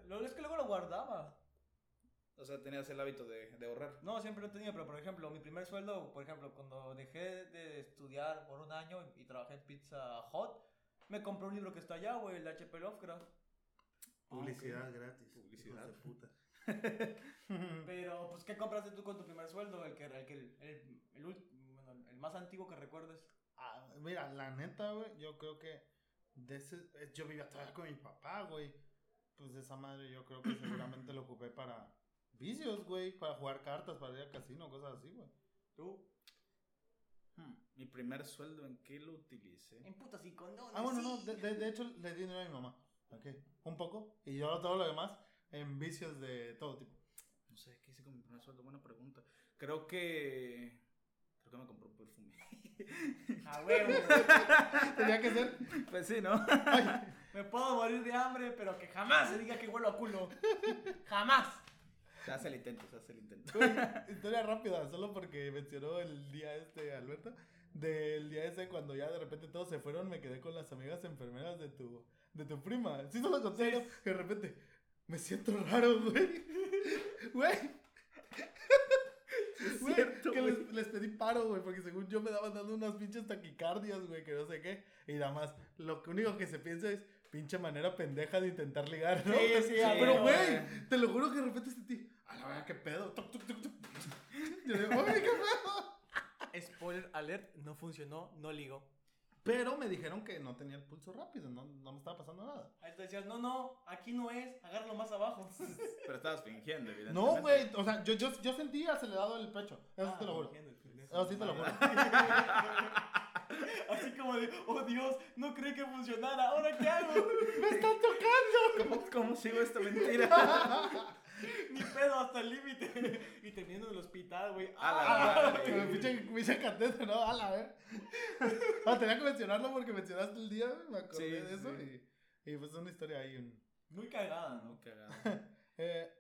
Lo es que luego lo guardaba.
O sea, tenías el hábito de, de ahorrar.
No, siempre lo he tenido, pero por ejemplo, mi primer sueldo, por ejemplo, cuando dejé de estudiar por un año y, y trabajé en Pizza Hot, me compré un libro que está allá, güey, el de H.P. Lovecraft.
Ah,
Publicidad gratis.
Publicidad.
hijos de puta.
Pero, pues, ¿qué compraste tú con tu primer sueldo? El que, el que, el, el, ul- bueno, el más antiguo que recuerdes.
Ah, mira, la neta, güey, yo creo que de ese, eh, yo vivía todavía con mi papá, güey. Pues de esa madre yo creo que seguramente lo ocupé para vicios, güey, para jugar cartas, para ir al casino, cosas así, güey.
¿Tú?
Hmm, Mi primer sueldo, ¿en qué lo utilicé?
En putas y condones.
Ah, bueno, no,
sí.
de, de- de hecho le di dinero a mi mamá. Ok, un poco. Y yo todo lo demás en vicios de todo tipo.
No sé, ¿qué hice con mi primer sueldo? Buena pregunta. Creo que. Creo que me compré un perfume.
*laughs* A huevo.
Tenía que ser.
*laughs* pues sí, ¿no?
Ay,
me puedo morir de hambre, pero que jamás se diga que huelo a culo. *laughs* Jamás.
Se hace el intento, se hace el intento.
güey, historia rápida, solo porque mencionó el día este, Alberto. Del día ese cuando ya de repente todos se fueron, me quedé con las amigas enfermeras de tu, de tu prima. Sí, solo conté, ¿no? de repente, me siento raro, güey. *laughs* Güey. Güey,
cierto,
que
güey.
les, les pedí paro, güey, porque según yo me daban dando unas pinches taquicardias, güey, que no sé qué. Y nada más, lo que- único que se piensa es pinche manera pendeja de intentar ligar, ¿no?
Sí, sí, a
Pero,
huevo,
güey, te lo juro que de repente sentí, a la verdad, qué pedo. Tuc, tuc, tuc, tuc. Yo digo, "Oye, qué pedo.
Spoiler alert, no funcionó, no ligo.
Pero me dijeron que no tenía el pulso rápido, no, no me estaba pasando nada.
Ahí te decías, no, no, aquí no es, agárralo más abajo.
Pero estabas fingiendo, evidentemente.
No, güey, o sea, yo, yo, yo sentí acelerado el pecho, eso
Ah,
sí te lo juro. Eso sí te lo juro.
*laughs* Así como de, oh Dios, no creí que funcionara, ¿ahora qué hago? *laughs*
¡Me están tocando!
¿Cómo, cómo sigo esta mentira?
Ni pedo hasta el límite. Y terminando en el hospital, güey.
*laughs* A la
¡Ah!
madre.
Pero pinche, pinche cateto, ¿no? A la ver. Ah, tenía que mencionarlo porque mencionaste el día, me acordé
Sí,
de eso.
sí.
Y, y pues una historia ahí. un-
Muy cagada, ¿no?
No, cagado.
Eh,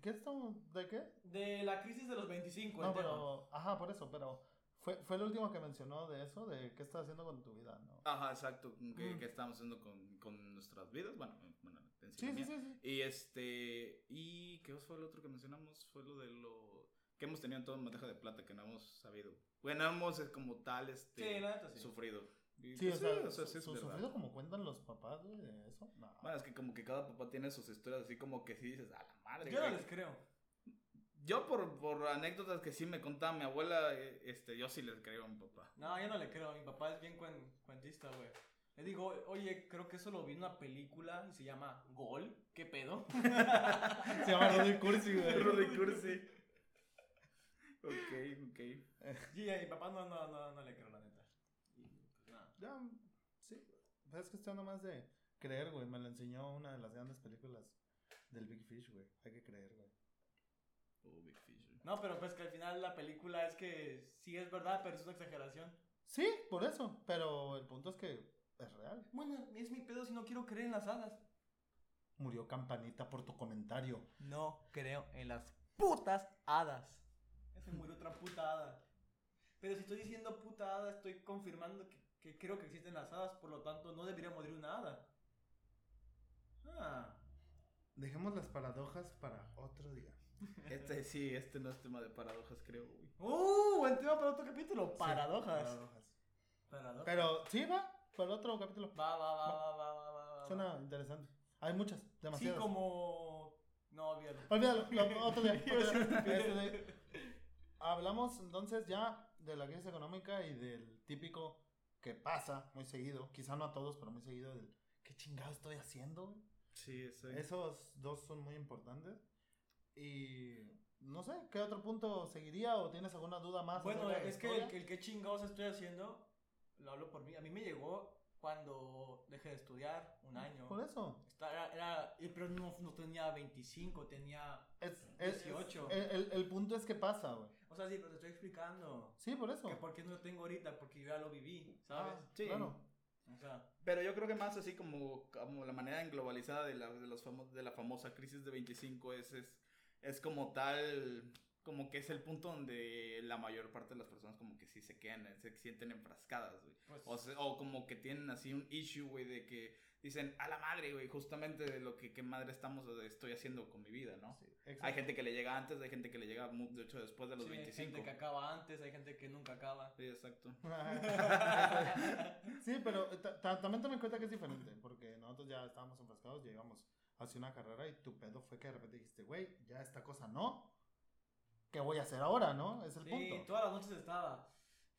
¿Qué estamos? ¿De qué?
De la crisis de los 25,
No,
el tema.
pero. Ajá, por eso, pero. Fue, fue el último que mencionó de eso, de qué estás haciendo con tu vida, ¿no?
Ajá, exacto. ¿Qué,
Mm.
qué estamos haciendo con, con nuestras vidas? Bueno, eh, bueno, en sí
Sí,
la
sí,
mía.
sí, sí.
Y este. ¿Y qué fue el otro que mencionamos? Fue lo de lo. que hemos tenido en todo bandeja de plata que no hemos sabido. Bueno, hemos eh, como tal este,
Sí, la neta sí.
sufrido. Y,
Sí,
pues,
o sea,
sí es
su-
verdad.
sufrido como cuentan los papás, güey, de eso. No.
Bueno, es que como que cada papá tiene sus historias así como que sí dices, a la madre.
Yo no
güey".
les creo.
Yo por, por anécdotas que sí me contaba mi abuela, eh, este, yo sí les creo a mi
*laughs*
papá.
No, yo no le creo. Mi papá es bien cuen- cuentista, güey. Le digo, oye, creo que eso lo vi en una película y se llama Gol. ¿Qué pedo?
*laughs*
*laughs*
Se llama Rodri Cursi, güey.
Rudy Cursi. ok, ok.
Y a mi papá no, no, no, no le creo, la neta. Y, pues, nada.
Ya, sí. Pero Es cuestión nomás de creer, güey. Me lo enseñó una de las grandes películas del Big Fish, güey. Hay que creer, güey.
Oh, Big Fish.
No, pero pues que al final la película es que sí es verdad, pero es una exageración.
Sí, por eso. Pero el punto es que es real.
Bueno, es mi pedo si no quiero creer en las hadas.
Murió Campanita por tu comentario.
No creo en las putas hadas. Ya se murió otra puta hada. Pero si estoy diciendo puta hada, estoy confirmando que, que creo que existen las hadas, por lo tanto no debería morir una hada. Ah.
Dejemos las paradojas para otro día.
Este sí, este no es tema de paradojas, creo. güey.
¡Uh! Buen tema para otro capítulo.
Sí,
Paradojas.
paradojas.
Paradojas.
Pero sí, va. Para otro capítulo.
Va, va, va, va, va, va, va, va.
Suena interesante. Hay muchas,
Sí,
demasiadas.
como... No, olvídalo.
Olvídalo, lo-
*laughs*
otro día.
Iba a decir
otro día. Este
estupidez.
de- Hablamos entonces ya de la crisis económica y del típico que pasa muy seguido, quizá no a todos, pero muy seguido del ¿qué chingado estoy haciendo?
Sí, eso
Esos dos son muy importantes. Y no sé, ¿qué otro punto seguiría o tienes alguna duda más?
Bueno,
acerca de la
es que
historia?
el, el que chingados estoy haciendo, lo hablo por mí. A mí me llegó cuando dejé de estudiar un año.
Por eso.
Esta- Era, era- eh, pero no, no tenía 25, tenía...
Es, es-
18.
El, el- el punto es que pasa, güey.
O sea, sí, pero te estoy explicando.
Sí, por eso.
Que por qué no lo tengo ahorita, porque yo ya lo viví, ¿sabes?
Ah,
Sí.
Claro.
O sea,
Pero yo creo que más así como, como la manera englobalizada de la, de, los famo- de la famosa crisis de 25 es, es, es como tal, como que es el punto donde la mayor parte de las personas como que sí se quedan, eh, se sienten enfrascadas, güey.
pues.
O, se- o como que tienen así un issue, güey, de que dicen, a la madre, güey, justamente de lo que, qué madre estamos, estoy haciendo con mi vida,
Ah,
¿no? Hay gente que le llega antes, hay gente que le llega mucho después de los
sí, Hay
25.
gente que acaba antes, hay gente que nunca
*laughs*
acaba.
Sí, exacto.
sí, pero ta- ta- también tome en cuenta que es diferente, porque nosotros ya estábamos enfrascados, ya íbamos hacia una carrera y tu pedo fue que de repente dijiste, güey, ya esta cosa no, ¿qué voy a hacer ahora, no? Es el
Sí,
punto.
todas las noches estaba.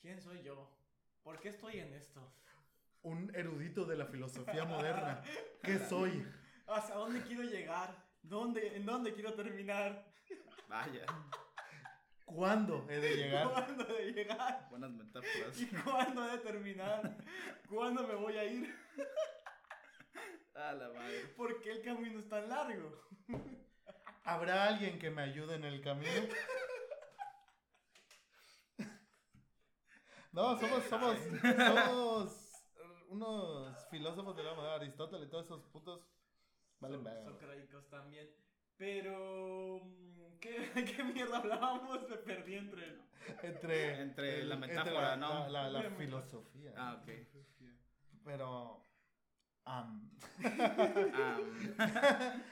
¿Quién soy yo? ¿Por qué estoy en esto?
Un erudito de la filosofía moderna, ¿qué soy?
¿Hacia dónde quiero llegar? ¿Dónde, ¿En dónde quiero terminar?
Vaya,
¿Cuándo he de llegar?
¿Cuándo he de llegar? *laughs*
buenas metáforas.
¿Y cuándo he de terminar? ¿Cuándo me voy a ir?
A la madre.
¿Por qué el camino es tan largo?
¿Habrá alguien que me ayude en el camino? No, somos, somos, somos unos filósofos de la moda, Aristóteles, todos esos putos valen
So-
verga.
Socráticos también. Pero... mm, ¿Qué, *laughs* ¿Qué mierda hablábamos? Me perdí entre... el-
Entre,
Entre la metáfora,
la-
¿no?
La, la- la
Bien.
filosofía.
Ah,
*laughs*
ok.
Pero. am,
Ah,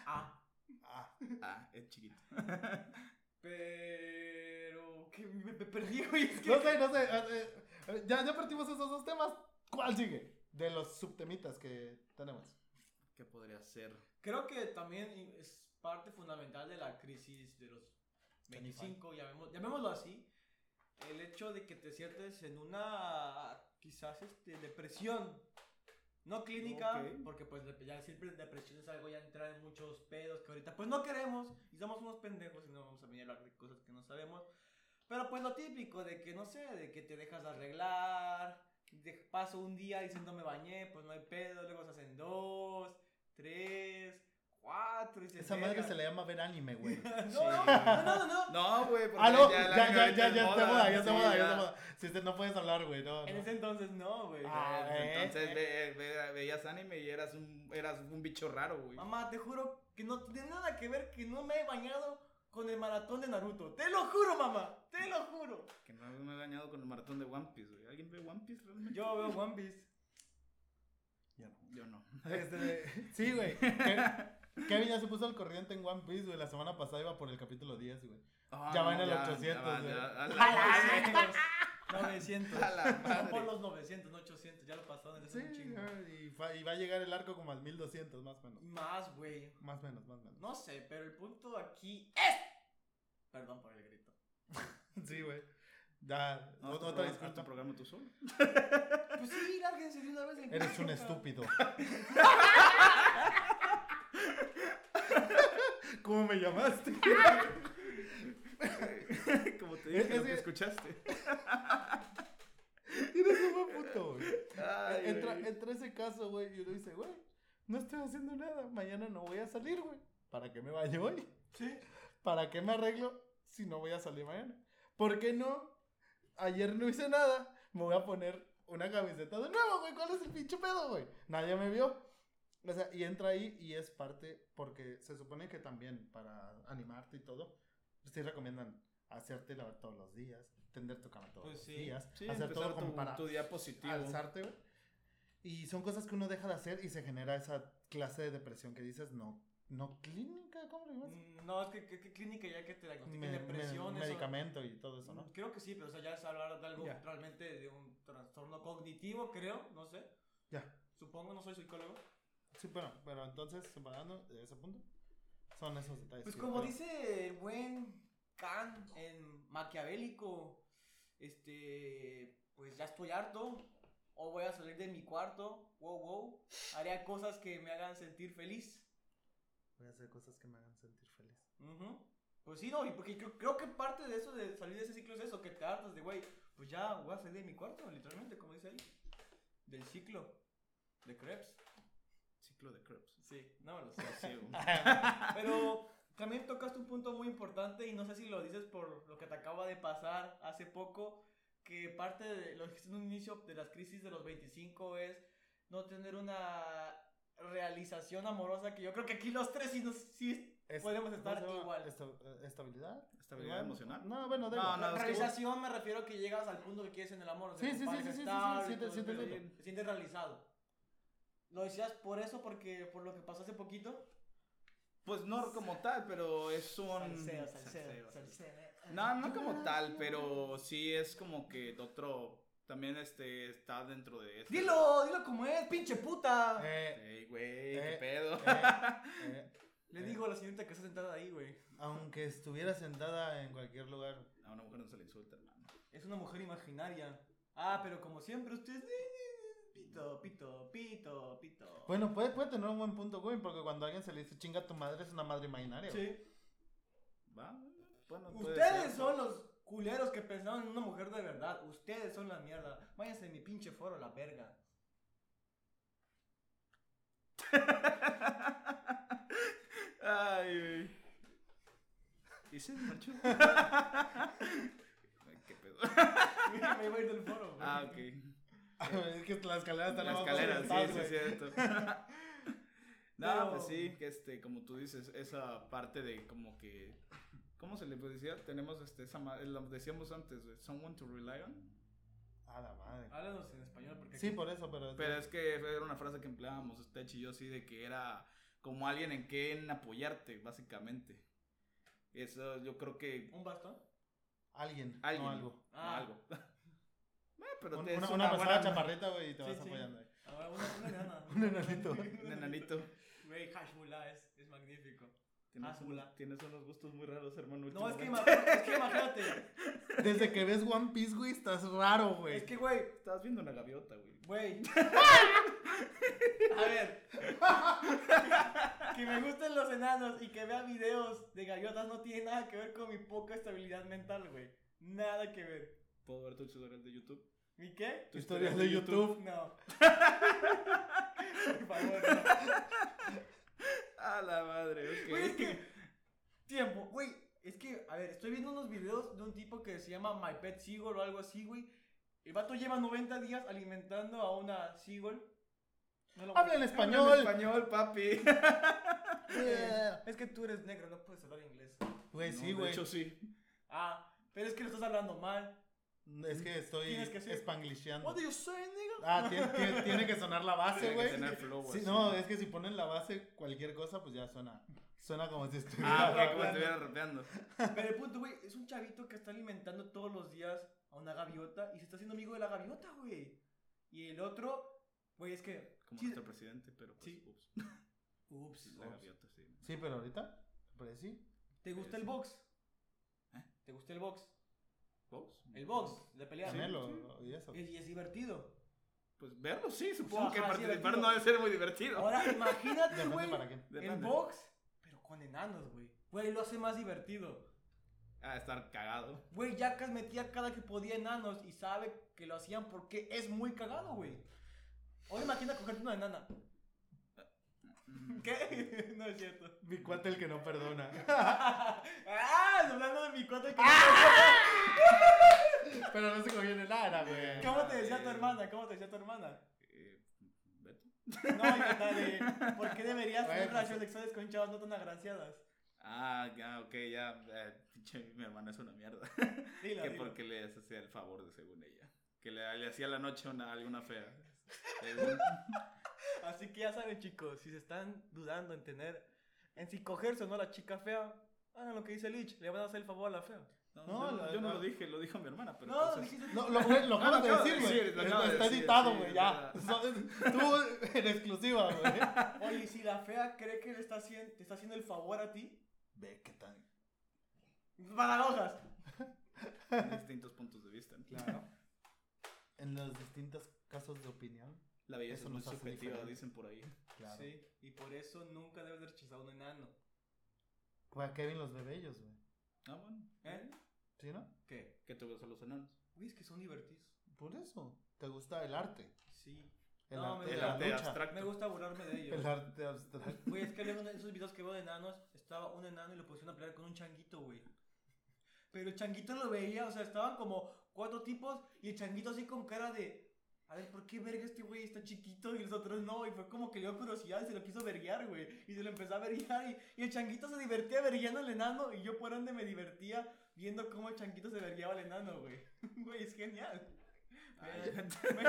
Ah.
ah,
ah, es chiquito.
Pero... Que me, me perdí, güey. Es que...
no sé, no sé. ah, eh, eh, Ya, ya partimos esos dos temas. ¿Cuál sigue? De los subtemitas que tenemos.
¿Qué podría ser?
Creo que también es parte fundamental de la crisis de los 25, llamemos- llamémoslo así, el hecho de que te sientes en una quizás este, depresión, no clínica,
Ok.
porque pues de- ya siempre depresión es algo ya entrar en muchos pedos que ahorita pues no queremos y somos unos pendejos y no vamos a venir a hablar de cosas que no sabemos. Pero pues lo típico de que no sé, de que te dejas de arreglar, de, paso un día diciendo me bañé, pues no hay pedo, luego se hacen dos, tres, cuatro y se
Esa madre
pegan.
se le llama ver anime, güey.
*laughs* No, no, no, no, no,
*laughs*
no.
No, güey, porque
Ah, no,
el
ya,
anime
ya,
ahorita
ya,
es
ya está moda, ya está
sí,
moda, ya
ya.
está moda. Si te- no puedes hablar, güey, no.
En
no.
ese entonces no, güey.
Ah,
Pues
eh.
Entonces ve- ve- veías anime y eras un, eras un bicho raro, güey.
Mamá, te juro que no tiene nada que ver que no me he bañado con el maratón de Naruto. Te lo juro, mamá. Te lo juro.
Que no me he bañado con el maratón de One Piece, güey. ¿Alguien ve One Piece realmente?
Yo veo One Piece.
Ya no.
Yo no.
*laughs* Este, sí, güey. Ke- Kevin ya se puso al corriente en One Piece, güey. La semana pasada iba por el capítulo 10, güey.
*laughs* Ah,
Ya va en
no,
el
ya,
800,
ya va,
güey.
ya, *laughs* a la-
900. 900.
A
*laughs*
la madre.
No por los 900, no 800. Ya lo pasaron desde
Sí,
hace un chingo.
y, fa- y va a llegar el arco como al 1200, más o menos.
Y más, güey.
Más o menos, más o menos.
No sé, pero el punto aquí es. Perdón por el grito.
Sí, güey. Ya,
No,
o-
tu
otra
programa- haz tu
disculpa.
programa tú
*laughs*
solo. *laughs*
Pues sí, lárguense de una vez. en
Eres un
contra.
*laughs*
estúpido. ¿Cómo me llamaste? *laughs*
Como te dije,
Es- es
lo
que-
que escuchaste.
Eres un buen puto, güey.
Ay,
*laughs* entra,
güey.
entra ese caso, güey, y uno dice, güey, no estoy haciendo nada, mañana no voy a salir, güey. ¿Para qué me baño hoy?
Sí.
¿Para qué me arreglo si no voy a salir mañana? ¿Por qué no? Ayer no hice nada, me voy a poner una camiseta de nuevo, güey. ¿Cuál es el pinche pedo, güey? Nadie me vio. O sea, y entra ahí y es parte, porque se supone que también para animarte y todo, sí recomiendan hacerte lavar todos los días, tender tu cama todos
Pues
los
sí.
días,
Sí,
hacer todo
empezar
como
tu,
para
tu día positivo.
alzarte, güey. Y son cosas que uno deja de hacer y se genera esa clase de depresión que dices, no, no clínica, ¿cómo le llamas?
Mm, No, es que, que- que clínica ya que te
Me-
diagnostiquen
me-
depresión. eso-
medicamento y todo eso, ¿no?
Mm, Creo que sí, pero o sea, ya es hablar de algo
Ya.
realmente de un trastorno cognitivo, creo, no sé.
Ya.
Supongo, no soy psicólogo.
Sí, bueno, pero entonces, separando de ese punto, son esos detalles.
Pues
que-
como
pero-
dice el buen Kant en Maquiavélico, este, pues ya estoy harto, o voy a salir de mi cuarto, wow, wow, haré cosas que me hagan sentir feliz.
Voy a hacer cosas que me hagan sentir feliz.
Ujú. Pues sí, no, y porque creo, creo que parte de eso, de salir de ese ciclo es eso, que te hartas de, güey, pues ya voy a salir de mi cuarto, literalmente, como dice ahí, del ciclo de Krebs.
Ciclo de Krebs.
Sí, no me lo sé.
Sí, güey.
*laughs* Pero también tocaste un punto muy importante y no sé si lo dices por lo que te acaba de pasar hace poco, que parte de lo que dijiste en un inicio de las crisis de los 25 es no tener una realización amorosa que yo creo que aquí los tres sí, nos, sí
Es-
podemos
¿cómo se
estar
llama?
igual.
Esta- ¿Estabilidad?
¿Estabilidad
Igual.
emocional?
No, bueno, da
No,
igual.
no, es que
realización me refiero a que llegas al punto que quieres en el amor. o sea,
Sí,
tu
sí, sí,
pareja
sí, sí,
estable,
sí, sí, te-
todo el
sí, te
pedo.
entiendo.
Te sientes realizado. ¿Lo decías por eso? Porque por lo que pasó hace poquito.
Pues no como tal, pero es un...
Salseo, salseo,
salseo, sí.
salseo.
No, no como tal, pero sí es como que de otro también este está dentro de este.
Dilo, dilo como es, pinche puta.
Eh,
Ey, güey, qué
Eh,
pedo.
eh, eh,
Le digo a la señorita que está sentada ahí, güey.
aunque estuviera sentada en cualquier lugar.
A una mujer no se le insulta, hermano.
Es una mujer imaginaria. Ah, pero como siempre, ustedes. eh, Pito, pito, pito, pito.
Bueno, puede, puede tener un buen punto, güey, porque cuando a alguien se le dice chinga tu madre es una madre imaginaria. güey.
Sí.
¿Va? Bueno, puede
Ustedes
ser.
son los culeros que pensaban en una mujer de verdad. Ustedes son la mierda. Váyanse de mi pinche foro, a la verga.
Ay, güey. ¿Y
*laughs*
se marchó? Ay, qué pedo.
Me iba a ir del foro, güey.
Ah, ok.
*laughs* es que la escalera está
La
abajo de
escalera,
estar,
sí, sí,
güey.
es
*laughs*
cierto. No,
Pero-
pues sí, que este, como tú dices, esa parte de como que. ¿Cómo se le puede decir? Tenemos este, esa ma- lo decíamos antes, güey, someone to rely on.
A la madre.
Háblanos en español porque.
Sí, por eso, pero.
Pero es que era una frase que empleábamos, este y yo, así de que era como alguien en quien apoyarte, básicamente. Eso yo creo que.
¿Un bastón?
Alguien,
Alguien.
no algo.
Ah.
Algo. *laughs* Eh, pero
Un-
te- es
una, una persona
buena-
chaparrita, güey, y te
Sí,
vas
sí.
apoyando ahí.
A ver, ah, una, una enana.
Un
*laughs*
enanito.
Un enanito.
Güey, Hashmula es, es magnífico.
Tienes,
Ah, mula.
unos, tienes unos gustos muy raros, hermano.
No, es que,
últimamente.
ima- es que imagínate.
Desde que ves One Piece, güey, estás raro, güey.
Es que, güey,
Estabas viendo una gaviota, güey.
Güey. A ver. Que me gusten los enanos y que vea videos de gaviotas no tiene nada que ver con mi poca estabilidad mental, güey. Nada que ver.
¿Puedo ver tu tutorial de YouTube?
¿Mi qué?
Tu historial de YouTube.
No. *laughs* Por favor, no.
A la madre, ok.
Güey, es
*laughs*
que. Tiempo, güey. Es que, a ver, estoy viendo unos videos de un tipo que se llama My Pet Seagull o algo así, güey. El vato lleva 90 días alimentando a una Seagull. No lo-
Habla en
español.
español.
español, papi.
Yeah.
Es que tú eres negro, no puedes hablar inglés.
Güey,
No,
sí, güey.
De hecho, sí.
Ah, pero es que lo estás hablando mal.
Es que estoy
Tienes que hacer-
espanglisheando.
What do you say, nigga?
Ah, tiene, tiene- tiene que sonar la base,
Tiene que
güey.
tener flow, Ah,
Sí,
así.
no, es que si ponen la base cualquier cosa, pues ya suena. Suena como si estuviera.
Ah, ok, como si
rapeando.
estuviera rapeando.
*laughs* Pero el punto, güey, es un chavito que está alimentando todos los días a una gaviota y se está haciendo amigo de la gaviota, güey. Y el otro, güey, es que.
Como
sí,
nuestro presidente, pero pues,
Sí.
ups.
Ups.
La gaviota, sí.
Sí, pero ahorita. Pero sí.
¿Te gusta el
Sí.
box?
¿Eh?
¿Te gusta el box?
¿Vos?
El box, de pelear.
Canelo y eso.
Es- Y es divertido.
Pues verlo, sí, supongo
Ajá,
que
sí,
participar
divertido.
no debe ser muy divertido.
Ahora imagínate,
Depende
güey,
para quién.
el
Depende.
box, pero con enanos, güey. Güey, lo hace más divertido.
Ah, estar cagado.
Güey, Jackass metía cada que podía enanos y sabe que lo hacían porque es muy cagado, güey. Ahora imagina cogerte una enana. ¿Qué? *laughs* No es cierto.
Mi cuate el que no *laughs* perdona.
¡Ah! Hablando de mi cuate. que-
pero no se cogió en el ara, güey.
¿Cómo te decía tu hermana? ¿Cómo te decía tu hermana?
Eh, Beto.
No, hija, dale. ¿Por qué deberías tener
Bueno, pues-
relaciones sexuales con chavas no tan agraciadas?
Ah, ya, ok, ya. eh, pinche, mi hermana es
*laughs*
una mierda.
Dilo,
que
dilo.
porque le hacía el favor de según ella. Que le, le hacía la noche una, alguna fea.
*laughs*
Según-
Así que ya saben, chicos, si se están dudando en tener, en si cogerse o no a la chica fea, hagan lo que dice Lich, le van a hacer el favor a la fea.
No,
No,
yo-
la-
yo no
la-
lo dije, lo dijo mi hermana, pero
No,
entonces-
dijiste
No, lo, güey, lo
No,
acabas
lo
de
acabo de
decir, güey.
decir, lo acabo de
está
decir,
editado,
sí,
güey,
es
ya. *laughs*
verdad.
So- Tú en exclusiva, güey.
Oye, ¿y si la fea cree que le está haciendo, te está haciendo el favor a ti,
Ve qué tan.
paradojas.
Tiene distintos puntos de vista.
Claro. En los distintos casos de opinión.
La belleza
Eso
es muy
nos hace
subjetiva,
diferentes.
dicen por ahí.
Claro.
Sí, y por eso nunca debes de rechazar a un enano.
Para Kevin los bebellos, güey.
Ah, bueno.
¿Eh?
¿Sí, no?
¿Qué?
¿Qué te gustan los enanos?
Uy, es que son divertidos.
Por eso. ¿Te gusta el arte?
Sí.
El
No,
arte
me
de
gusta.
la
Me
lucha.
Me gusta burlarme de
*laughs*
ellos.
El arte abstracto.
Güey, es que en esos videos que veo de enanos, estaba un enano y lo pusieron a pelear con un changuito, güey. Pero el changuito lo veía, o sea, estaban como cuatro tipos y el changuito así con cara de. a ver, ¿por qué verga este güey está chiquito y los otros no? Y fue como que le dio curiosidad y se lo quiso verguear, güey. Y se lo empezó a verguear y, y el changuito se divertía vergueando al enano y yo por ende me divertía viendo cómo el changuito se vergueaba al enano, güey. *laughs* Güey, es genial. *laughs* Güey,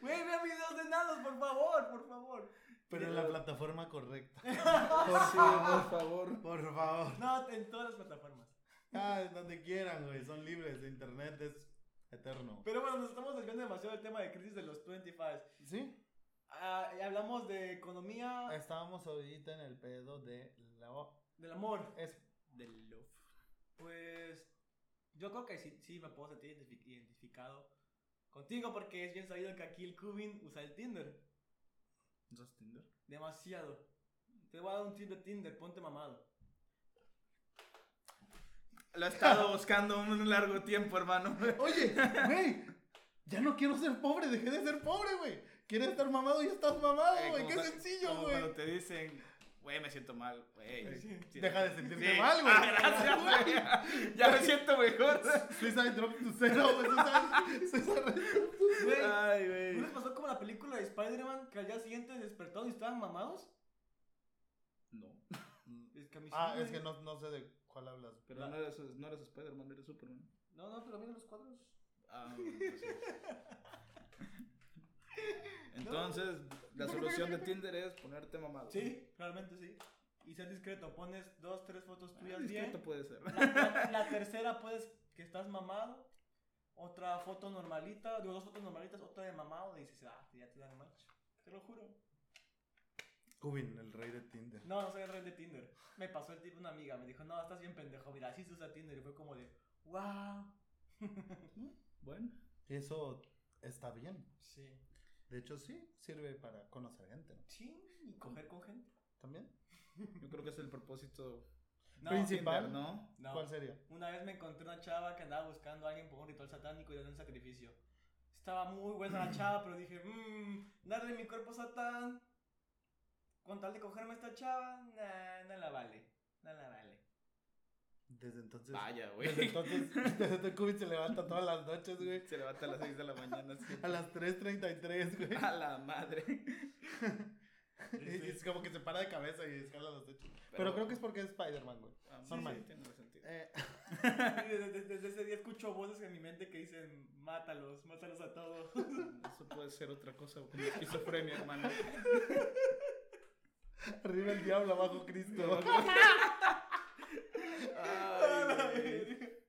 Güey, vean videos de enanos, por favor, por favor.
Pero en la plataforma correcta. *laughs* Por
Sí, por favor.
Por favor.
No, en todas las plataformas.
Ah, donde quieran, güey. Son libres. Internet es eterno.
Pero bueno, nos estamos desviando demasiado del tema de crisis de los 25.
¿Sí?
Ah, y hablamos de economía,
Estábamos ahorita en el pedo de la...
del amor.
Es...
Del love. Pues yo creo que sí, sí me puedo sentir identifi- identificado contigo porque es bien sabido que aquí el Cubin usa el Tinder.
¿Usas Tinder?
Demasiado. Te voy a dar un tip de Tinder, ponte mamado.
Lo he estado buscando un largo tiempo, hermano.
*laughs* Oye, güey. Ya no quiero ser pobre. Dejé de ser pobre, güey. Quieres estar mamado y estás mamado,
Eh,
güey.
como
Qué
cua-
sencillo,
como
güey.
Cuando te dicen, güey, me siento mal, güey.
Sí.
Sí.
Deja de sentirte
Sí.
mal, güey.
Ah, gracias, güey. Ya me siento mejor.
*laughs* Suicide Drop to Zero, güey. Suicide- Suicide- *laughs*
Güey,
Ay,
¿No les
güey.
pasó como la película de Spider-Man que al día siguiente despertaron y estaban mamados?
No.
Es que a mí sí,
Ah,
güey.
es que no, no sé de cuál hablas.
Pero no eres, no eres Spider-Man, eres Superman.
No, no, pero miren los cuadros.
Ah, bueno, entonces- Entonces, la solución de Tinder es ponerte mamado.
Sí, realmente sí. Y ser discreto, pones dos, tres fotos
Ah,
tuyas bien.
discreto puede ser.
La, la- la tercera puedes que estás mamado. Otra foto normalita, digo, dos fotos normalitas, otra de mamado y dices, ah, ya te dan match. Te lo juro.
Cubin, el rey de Tinder.
No, no soy red de Tinder. Me pasó el tipo una amiga, me dijo, no, estás bien pendejo, mira, así se usa Tinder. Y fue como de, wow.
Bueno,
Eso está bien.
Sí.
De hecho, sí, sirve para conocer gente, ¿no?
Sí, y coger con gente.
¿También?
yo creo que es el propósito
No,
Principal.
Tinder, ¿no?
no.
¿Cuál sería?
Una vez me encontré una chava que andaba buscando a alguien por un ritual satánico y darle un sacrificio. Estaba muy buena la chava, pero dije, mmm, darle mi cuerpo a satán. Con tal de cogerme a esta chava, nah, no la vale. No la vale. *laughs*
Desde entonces.
Vaya, güey.
Desde entonces, desde entonces Cubin se levanta todas las noches, güey.
*laughs* Se levanta a las 6 de la mañana. así.
A las 3.33, güey. *laughs*
A la madre.
Y es como que se para de cabeza y escala las noches. Pero, creo que es porque es Spider-Man, güey.
Ah, sí,
normal.
sí, tiene sentido.
Eh,
Y desde, desde- desde ese día escucho voces en mi mente que dicen, mátalos, mátalos a
*laughs*
todos.
Eso puede ser otra cosa como esquizofrenia, hermano.
*laughs* arriba el diablo,
*laughs*
abajo Cristo.
Ay, güey.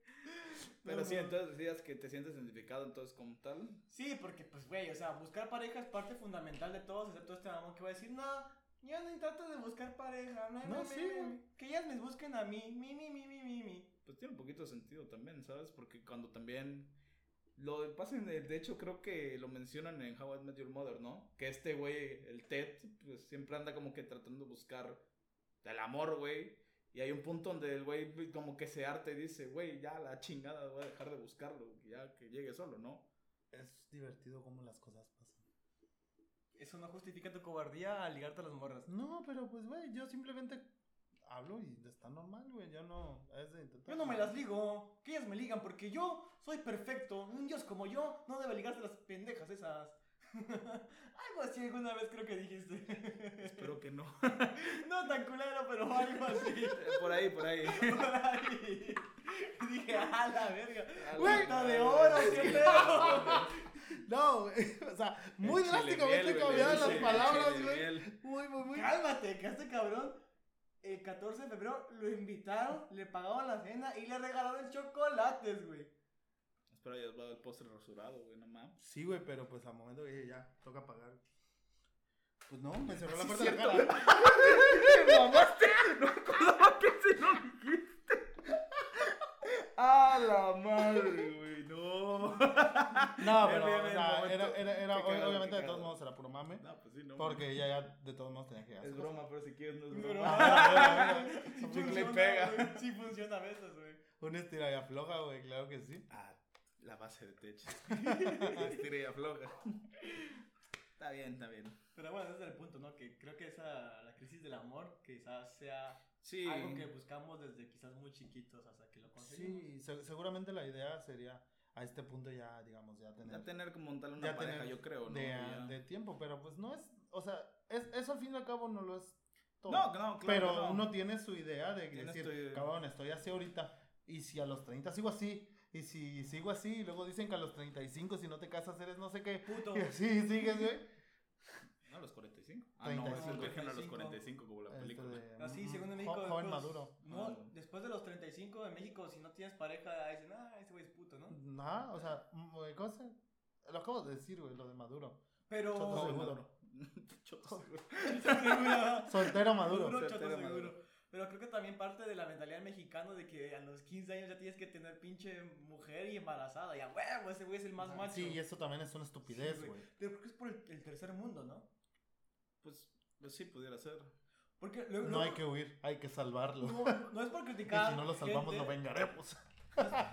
Pero sí, entonces decías que te sientes identificado entonces como tal.
Sí, porque pues, güey, o sea, buscar pareja es parte fundamental de todos, excepto este mamón que va a decir, no, yo no trato de buscar pareja, no,
No,
no,
sí, güey.
que ellas me busquen a mí, mi, mi, mi, mi, mi, mi.
Pues tiene un poquito de sentido también, ¿sabes? Porque cuando también lo pasan, de de hecho creo que lo mencionan en How I Met Your Mother, ¿no? Que este güey, el Ted, pues siempre anda como que tratando de buscar el amor, güey. Y hay un punto donde el güey como que se harta y dice, güey, ya la chingada, voy a dejar de buscarlo, ya que llegue solo, ¿no?
Es divertido cómo las cosas pasan.
Eso no justifica tu cobardía al ligarte a las morras.
No, pero pues, güey, yo simplemente hablo y está normal, güey. Yo no. Es de intentar-
Yo no me las ligo, que ellas me ligan porque yo soy perfecto. Un dios como yo no debe ligarse a las pendejas esas. *laughs* algo así alguna vez creo que dijiste.
Espero que no.
*laughs*
*laughs*
no tan culero, pero algo así. *laughs*
por ahí, por ahí.
Por ahí. Dije, a la verga.
A la
Puerta
madre.
de oro, qué pedo.
*laughs*
No, güey, *laughs* o sea, muy
El
drásticamente
chilemiel, güey,
cambiaron
le
las
dicen, el
palabras, güey.
chilemiel.
Muy, muy, muy.
Cálmate, que a este cabrón el 14 de febrero lo invitaron, le pagaban la cena y le regalaron chocolates, güey.
Espero hayas dado el postre rasurado, güey, no mames.
Sí, güey, pero pues al momento que dije, ya, toca pagar. Pues no, me cerró la
Sí,
puerta de la
cierto.
cara.
¡Te mamaste! ¡No acordaba que se lo dijiste! *laughs* ¡A la madre, güey! ¡No!
*laughs* No,
Bien,
pero
bien,
o
bien,
sea,
momento.
era, era, era
Qué cagado,
obviamente
qué
de todos
cagado.
modos era puro mame.
No, pues sí, no.
Porque ya, ya, de todos modos tenía que
Es
gastar.
broma, pero si quieres no es
Pero-
broma.
*laughs* Sí
Chicle
funciona,
y pega.
güey. Sí funciona a veces, güey.
Una estira y afloja, güey, claro que sí.
Ah, la base de techo. *laughs* Estira y afloja. Está bien, está bien.
Pero bueno, ese es el punto, ¿no? Que creo que esa, la crisis del amor quizás sea
Sí.
Pues
algo que buscamos desde quizás muy chiquitos hasta que lo conseguimos.
Sí, se- seguramente la idea sería a este punto ya, digamos, ya tener,
Ya tener como tal una
ya
pareja,
tener
yo creo, ¿no?
de,
Ya.
de tiempo, pero pues no es, o sea, es, eso al fin y al cabo no lo es todo.
No, no, claro.
pero
que no.
uno tiene su idea de
Tienes
decir,
tu idea.
cabrón, estoy así ahorita, y si a los 30 sigo así, y si sigo así, y luego dicen que a los 35 si no te casas eres no sé qué, *laughs*
Puto.
y así sigues, güey.
No, a los 45. Ah, no, es el
35.
virgen a los 45, como la película.
Este,
Así,
mm,
según en
jo-
México.
Joven
después-
maduro.
No,
Ah.
después de los 35 en México, si no tienes pareja, dicen, ah, ese güey es puto, ¿no?
Ajá, o sea, mm, güey, ¿cómo se- Lo acabo de decir, güey, lo de maduro.
Pero.
Choto
*laughs*
Joven
seguro.
maduro. *laughs* Choto seguro.
*laughs*
Seguro.
Soltero maduro.
Seguro, choto
Soltero
seguro.
maduro.
Pero creo que también parte de la mentalidad mexicana de que a los 15 años ya tienes que tener pinche mujer y embarazada. Y a huevo, ese güey es el más macho.
Ah, Sí, y eso también es una estupidez,
Sí,
güey.
Pero creo que es por el, el tercer mundo, ¿no?
Pues, pues sí, pudiera ser.
Porque luego-
no hay que huir, hay que salvarlo.
no, *laughs* no es por
*laughs* y
criticar.
si no lo salvamos,
gente,
lo vengaremos.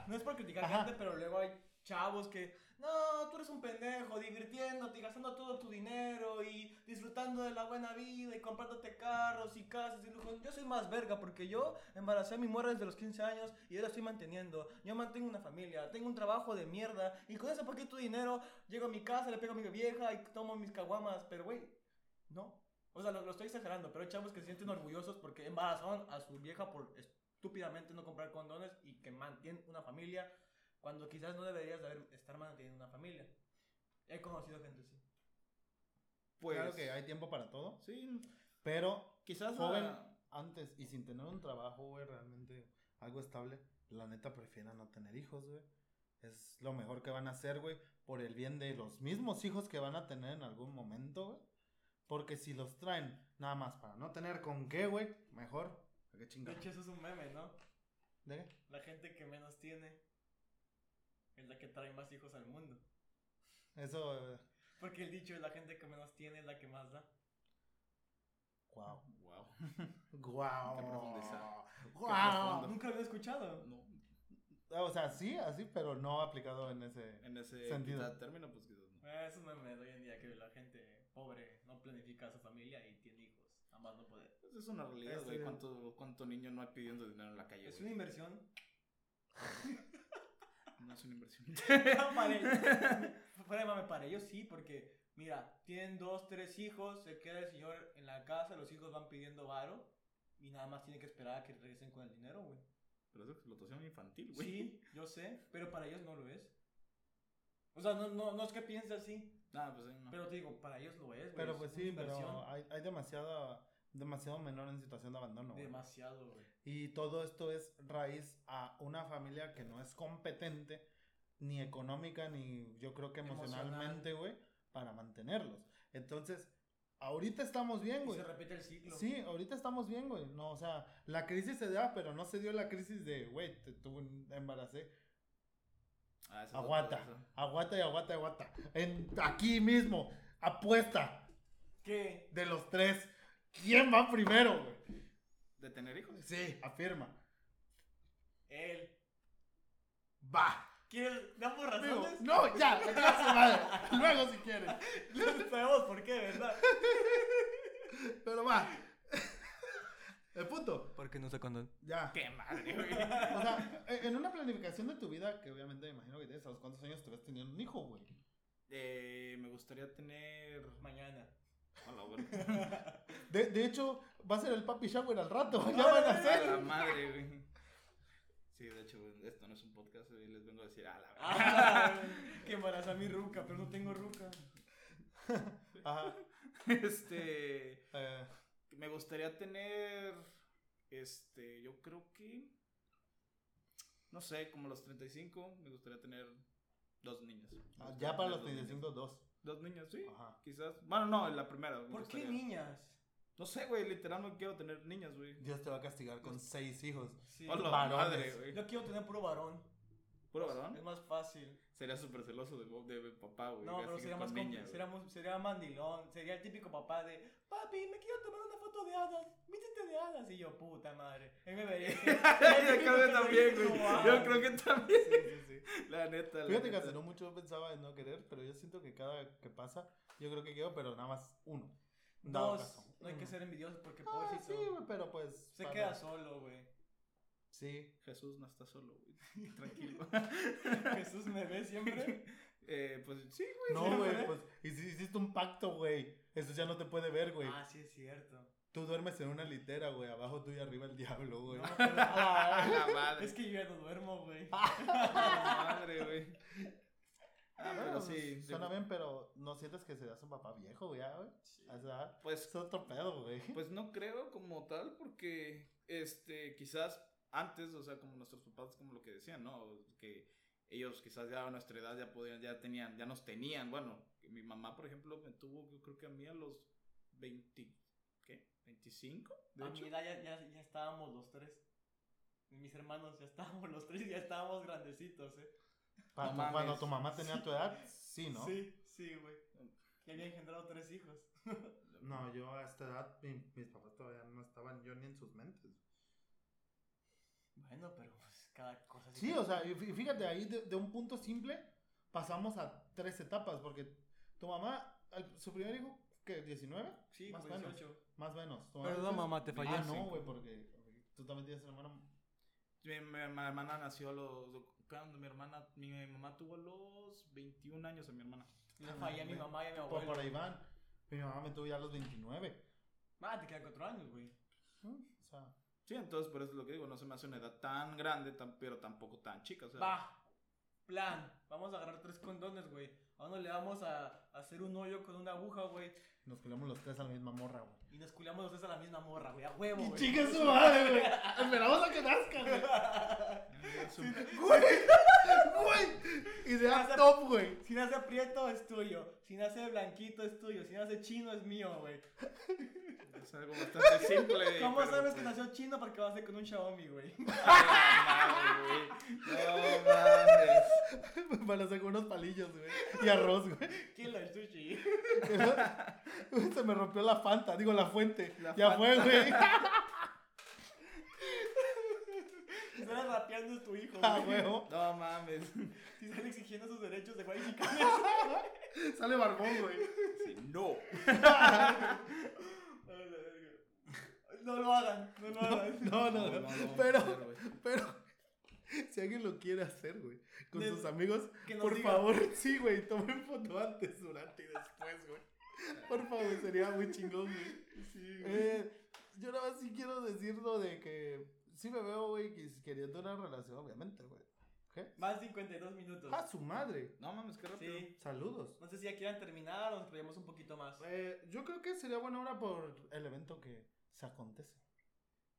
No es por criticar
Ajá.
gente, pero luego hay chavos que, no, tú eres un pendejo, divirtiéndote y gastando todo tu dinero y disfrutando de la buena vida y comprándote carros y casas y lujos. Yo soy más verga porque yo embaracé a mi morra desde los 15 años y yo la estoy manteniendo. Yo mantengo una familia, tengo un trabajo de mierda y con ese poquito dinero llego a mi casa, le pego a mi vieja y tomo mis caguamas, pero güey, no. O sea, lo, lo estoy exagerando, pero hay chavos que se sienten orgullosos porque embarazaron a su vieja por estúpidamente no comprar condones y que mantienen una familia cuando quizás no deberías de haber- estar manteniendo una familia. He conocido gente así.
Pues.
Claro que hay tiempo para todo,
Sí,
pero
quizás.
Joven.
la-
antes y sin tener un trabajo, güey, realmente algo estable, la neta prefiera no tener hijos, güey. Es lo mejor que van a hacer, güey, por el bien de los mismos hijos que van a tener en algún momento, güey. Porque si los traen nada más para no tener con qué, güey, mejor. ¿A qué
De
chingada?
hecho, eso es un meme, ¿no?
¿De qué?
La gente que menos tiene es la que trae más hijos al mundo.
Eso, eh,
Porque el dicho es la gente que menos tiene es la que más da.
guau.
Wow.
Guau.
Qué profundizar.
Guau.
profundo.
Nunca lo he escuchado.
No,
O sea, sí, así, pero no aplicado en ese.
en ese
Sentido.
quizá término, pues quizás no.
Eh, Es un meme de hoy en día que la gente pobre no planifica a su familia y tiene hijos. A más no poder.
Pues es una realidad,
Este-
güey. ¿Cuánto, ¿Cuánto niño no hay pidiendo dinero en la calle?
Es una
güey?
inversión.
No es una inversión.
*laughs*
No, para ellos- Fuera de mame, para ellos sí, porque mira, tienen dos, tres hijos, se queda el señor en la casa, los hijos van pidiendo varo y nada más tienen que esperar a que regresen con el dinero, güey.
Pero es explotación infantil, güey.
Sí, yo sé, pero para ellos no lo es. O sea, no, no, no es que piense así,
Nada, pues ahí no.
pero te digo, para ellos lo es, güey.
Pero
es
pues
una
sí, pero
inversión
hay, hay demasiado, demasiado menor en situación de abandono. güey.
Demasiado, güey.
Y todo esto es raíz a una familia que no es competente, ni económica, ni yo creo que
Emocional.
emocionalmente, güey, para mantenerlos. Entonces, ahorita estamos bien,
Y
güey.
se repite el ciclo.
Sí, ahorita estamos bien, güey. No, o sea, la crisis se da, pero no se dio la crisis de, güey, te tuve un embaracé.
Ah, eso es
Aguanta,
otra cosa.
aguanta y aguanta y aguanta. En, aquí mismo, apuesta
¿Qué?
de los tres. ¿Quién va primero, güey?
¿De tener hijos? *laughs*
Sí, afirma.
Él.
Va.
¿Quieres? ¿Damos
Digo,
razones? *laughs*
no, ya, la clase madre. Luego si quieres.
Sabemos por qué, ¿verdad?
Pero va. El punto.
Porque no se condón.
Ya.
¡Qué madre, güey! *laughs*
O sea, e- en una planificación de tu vida, que obviamente me imagino que tienes a los cuántos años te vas teniendo un hijo, güey.
Eh, me gustaría tener.
Mañana.
*laughs*
A la verga.
De, de hecho, va a ser el papi shower al rato. Ya
Ay,
van a
A
ser.
la madre, güey. Sí, de hecho, güey, esto no es un podcast y les vengo a decir, a la verga.
Ah, que embarazó a mi ruca, pero no tengo ruca.
Ajá.
*laughs* Este.
Eh,
Me gustaría tener. Este, yo creo que. No sé, como a los 35, me gustaría tener dos niñas. Me gustaría
Ah, ya
tener
para los
dos niñas.
35, dos.
Dos niñas, sí.
Ajá.
Quizás. Bueno, no, la primera. me
¿Por qué
gustaría.
niñas?
No sé, güey, literal no quiero tener niñas, güey.
Dios te va a castigar con seis hijos.
Sí.
Hola,
varones.
madre, güey.
Yo quiero tener puro varón.
Puro varón.
Es más fácil.
Sería súper celoso de, Bob- de mi papá, güey.
No,
así
pero
que
sería
con
más
niña,
niña, sería, mu- sería mandilón. Sería el típico papá de Papi, me quiero tomar una foto de hadas. Vístete de hadas. Y yo, puta madre. Él me
*laughs*
vería.
güey. *laughs* yo
*laughs*
creo que también, güey.
ah.
Yo creo que también.
Sí, sí, sí.
La neta, la
Fíjate que
neta.
hace no mucho yo pensaba en no querer, pero yo siento que cada que pasa, yo creo que quiero, pero nada más uno. Dado
Dos.
caso.
No hay que
Uno.
ser envidiosos porque
Ah,
pobrecito.
sí, güey, pero pues.
se
para-
queda solo, güey. *laughs*
Sí.
Jesús no está solo,
*laughs*
güey. Tranquilo.
Jesús me ve siempre.
*laughs* Eh, pues sí, *laughs* güey.
No, güey, pues hici- hiciste un pacto, güey. Eso ya no te puede ver, güey.
Ah, sí es cierto.
Tú duermes en una litera, güey. Abajo tú y arriba el diablo, güey.
No, pero- ah,
*laughs* A la madre.
es que yo ya no duermo, güey.
A la madre, güey. Ah,
Bueno,
pero
pues,
sí.
Suena
de-
bien, pero no sientes que seas un papá viejo, güey. ya, güey? O sea,
Pues
es otro pedo, güey.
Pues no creo como tal, porque este, quizás antes, o sea, como nuestros papás, como lo que decían, ¿no? Que ellos quizás ya a nuestra edad ya podían, ya tenían, ya nos tenían. Bueno, mi mamá, por ejemplo, me tuvo, yo creo que a mí a los 20, ¿qué? 25, de
a
hecho.
mi edad ya, ya, ya estábamos los tres. Mis hermanos ya estábamos los tres, ya estábamos grandecitos, ¿eh?
Pa-
no
tu-
mames.
cuando tu mamá tenía tu edad, sí, ¿no?
Sí, sí, güey. Que había engendrado tres hijos.
No, yo a esta edad, mi- mis papás todavía no estaban yo ni en sus mentes.
Bueno, pero pues cada cosa...
Sí, o sea, y fí- fíjate, ahí de, de un punto simple pasamos a tres etapas, porque tu mamá, al- su primer hijo, ¿qué? ¿19?
Sí,
más
como
o menos.
18.
Más o menos. Tu
Perdón,
dices-
mamá, te fallé.
Ah, no,
25.
güey, porque tú también tienes una hermana.
Mi, mi- mi hermana nació a los. Cuando mi hermana, mi, mamá tuvo a los 21 años a mi hermana.
Le fallé a mi mamá y a mi
Por,
abuelo.
por pues, ahí van. Mi mamá me tuvo ya a los 29.
Ah, te quedan cuatro años, güey.
¿no? O sea,
Sí, entonces por eso es lo que digo, no se me hace una edad tan grande, tan, pero tampoco tan chica. O sea,
Va. Plan. Vamos a agarrar tres condones, güey. A uno le vamos a a hacer un hoyo con una aguja, güey.
nos peleamos los tres a la misma morra, güey.
Y nos culiamos los tres a la misma morra, güey. A huevo,
Y
güey.
chinga
*laughs*
su madre, güey. Esperamos a que nazca, güey.
es un-
Güey, güey. Idea top, güey.
Si nace prieto es tuyo, si nace blanquito es tuyo, si nace chino es mío, güey.
Es
*laughs*
algo bastante simple.
¿Cómo
pero,
sabes que
pues, *laughs*
nació chino? Porque va a ser con un Xiaomi,
*laughs*
güey.
a la madre, güey. No mames.
Para hacer unos palillos, güey. Y arroz, güey.
Kilo el sushi.
Eso- *laughs* Se me rompió la fanta, digo la fuente.
La
ya fue, güey. *laughs*
Si sale rapeando es tu hijo,
Ah,
güey.
huevo.
No mames.
Si sale exigiendo sus derechos de guay
*laughs* Sale barbón, güey.
Sí, no.
*laughs* No lo hagan, no lo hagan.
No, no, no.
lo vamos a
Pero,
hacer, güey.
pero. *laughs* Si alguien lo quiere hacer, güey, con
Del-
sus amigos,
que nos
por
digan.
favor, *laughs* sí, güey, tomen foto antes, durante y después, güey. Por favor, sería muy chingón, güey.
Sí, güey.
Eh, yo nada más sí quiero decir lo de que sí me veo, güey, que- queriendo una relación, obviamente, güey. ¿Qué?
Más 52 minutos.
¡Ah, su madre!
No mames, qué rápido.
Sí.
Saludos.
No sé si ya quieran terminar o nos traemos un poquito más.
Eh, yo creo que sería buena hora por el evento que se acontece.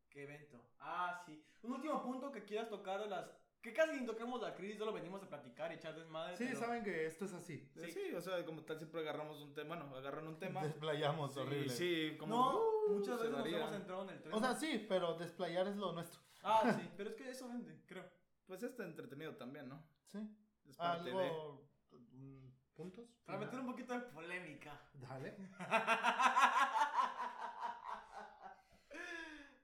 ¿Qué evento? Ah, sí. Un último punto que quieras tocar de las. Que casi ni tocamos la crisis, solo venimos a platicar y echar desmadre.
Sí,
pero-
saben que esto es así.
Eh, Sí. o sea, como tal siempre agarramos un tema, bueno, agarran
*laughs*
un tema.
Desplayamos horrible.
Sí, sí, como
No,
uh,
muchas
se
veces nos
varía.
hemos entrado en el tren.
O sea, sí, pero desplayar es lo nuestro.
ah, sí, pero es que eso vende, creo.
Pues está entretenido también, ¿no?
Sí.
Es
Ah,
parte de
Algo. mm, ¿Puntos?
Para
Final.
meter un poquito de
*laughs*
polémica. *laughs*
Dale.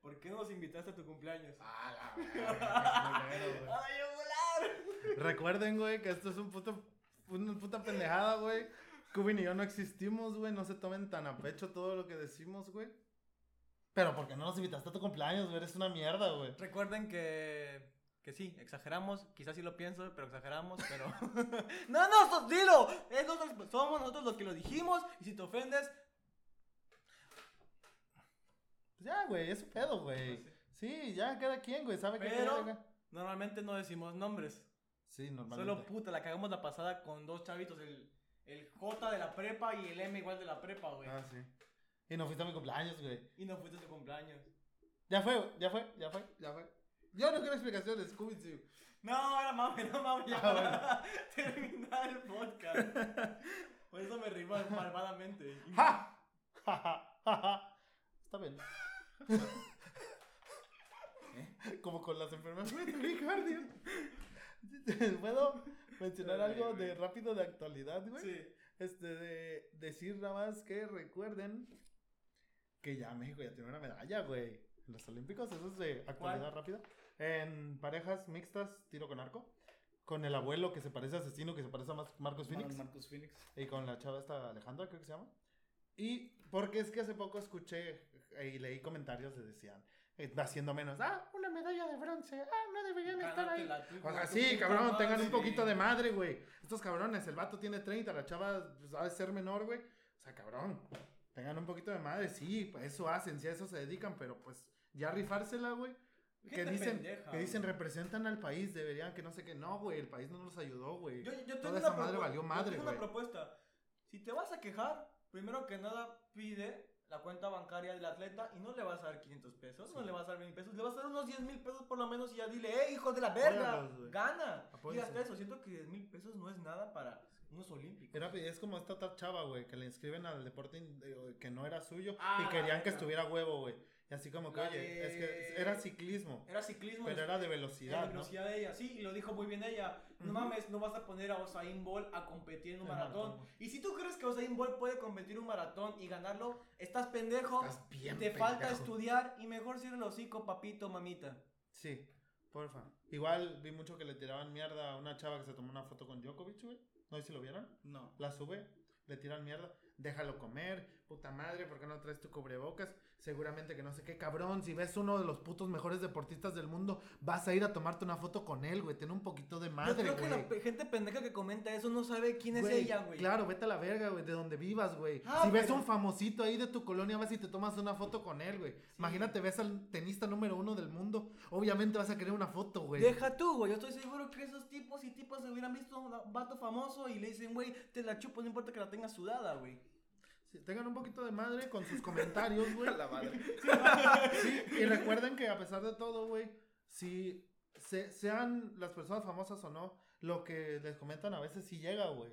¿Por qué no nos invitaste a tu cumpleaños?
Ah,
Bueno,
¡Ay, yo volar!
güey. Recuerden, güey, que esto es un puto, una puta pendejada, güey. Cubin y yo no existimos, güey. No se tomen tan a pecho todo lo que decimos, güey. Pero porque no nos invitaste a tu cumpleaños, güey. Eres una mierda, güey. Pues
Recuerden que. Que sí, exageramos, quizás sí lo pienso, pero exageramos, pero... *laughs* ¡No, no, so- dilo! Es nosotros- somos nosotros los que lo dijimos, y si te ofendes...
Pues ya, güey, es un pedo, güey.
Pues
Sí, ya cada quien, güey, sabe que
Pero- Normalmente no decimos nombres,
Sí, normalmente.
Solo puta, la cagamos la pasada con dos chavitos, el, el J de la prepa y el M igual de la prepa, güey.
Ah, sí. Y no fuiste a mi cumpleaños, güey.
Y no fuiste a tu cumpleaños.
Ya fue, güey, ya fue, ya fue, ya fue. Yo no quiero explicaciones, Scooby sí.
No, era mame, no mame, ya
Ah,
para *laughs* terminar el podcast. Por eso me rimo malvadamente.
*laughs* ¡Ja! ¡Ja, ja, ja, ja! Está bien. Como con las enfermedades de miocardio. ¿Puedo mencionar
Ay,
algo de
güey.
rápido de actualidad, güey?
Sí.
Este, de decir nada más que recuerden que ya México ya tiene una medalla, güey. En los Olímpicos, eso es de actualidad rápida. En parejas mixtas, tiro con arco. Con el abuelo que se parece a asesino, que se parece a Mar- Marcos Phoenix.
Mar- Marcus Phoenix.
Y con la chava esta Alejandra, creo que se llama. Y porque es que hace poco escuché eh, y leí comentarios que decían eh, haciendo menos. Ah, una medalla de bronce. Ah, no deberían estar ahí.
Gánatela tú,
O sea,
hijo de tu
sí,
puta
cabrón, tengan
madre.
un poquito de madre, güey. Estos cabrones, el vato tiene 30, la chava pues, ha de ser menor, güey. O sea, cabrón, tengan un poquito de madre. Sí, pues, eso hacen, sí a eso se dedican, pero pues ya rifársela, güey. Que
Gente
dicen,
pendeja,
que dicen
güey.
representan al país, deberían que no sé qué. No, güey, el país no nos ayudó, güey.
Yo, yo tengo
Toda
una
esa madre
propu-
valió
yo
madre,
tengo
güey.
una propuesta. Si te vas a quejar, primero que nada pide la cuenta bancaria del atleta y no le vas a dar 500 pesos, no le vas a dar 1000 pesos, le vas a dar unos 10 mil pesos por lo menos y ya dile, ¡eh, hijo de la verga!
Apóyalos, güey.
¡Gana! Y
Apóyense.
hasta eso, siento que 10 mil pesos no es nada para unos olímpicos.
Era- es como esta otra chava, güey, que le inscriben al deporte in- eh, que no era suyo
Ah,
y
la
querían que
neta.
estuviera huevo, güey. Y así como que,
La
oye,
de-
es que era ciclismo,
Era ciclismo.
pero
en-
era de
en la
velocidad, ¿no?
velocidad de ella, sí, y lo dijo muy bien ella. No
Ujú.
mames, no vas a poner a Usain Bolt a competir en un
En
maratón.
maratón.
Y si tú crees que Usain Bolt puede competir en un maratón y ganarlo, estás pendejo.
Estás bien
Te falta
pendejo.
estudiar y mejor cierra el hocico, papito, mamita.
Sí, porfa. Igual vi mucho que le tiraban mierda a una chava que se tomó una foto con Djokovic, güey. No sé si lo vieron.
No. *laughs*
La sube, le tiran mierda. Déjalo comer, puta madre, ¿por qué no traes tu cubrebocas? Seguramente que no sé qué, cabrón. Si ves uno de los putos mejores deportistas del mundo, vas a ir a tomarte una foto con él, güey. Tiene un poquito de madre,
Yo creo que
güey.
la pe- gente pendeja que comenta eso no sabe quién es
Güey,
ella, güey.
Claro, vete a la verga, güey, de donde vivas, güey.
Ah,
si ves
pero-
un famosito ahí de tu colonia, vas y te tomas una foto con él, güey. Imagínate, ves al tenista número uno del mundo. Obviamente vas a querer una foto, güey.
Deja tú, güey. Yo estoy seguro que esos tipos y tipas se hubieran visto a un vato famoso y le dicen, güey, te la chupo, no importa que la tengas sudada, güey.
Sí, tengan un poquito de madre con sus comentarios,
*laughs*
güey.
La madre.
Sí, y recuerden que a pesar de todo, güey, si se- sean las personas famosas o no, lo que les comentan a veces sí llega, güey.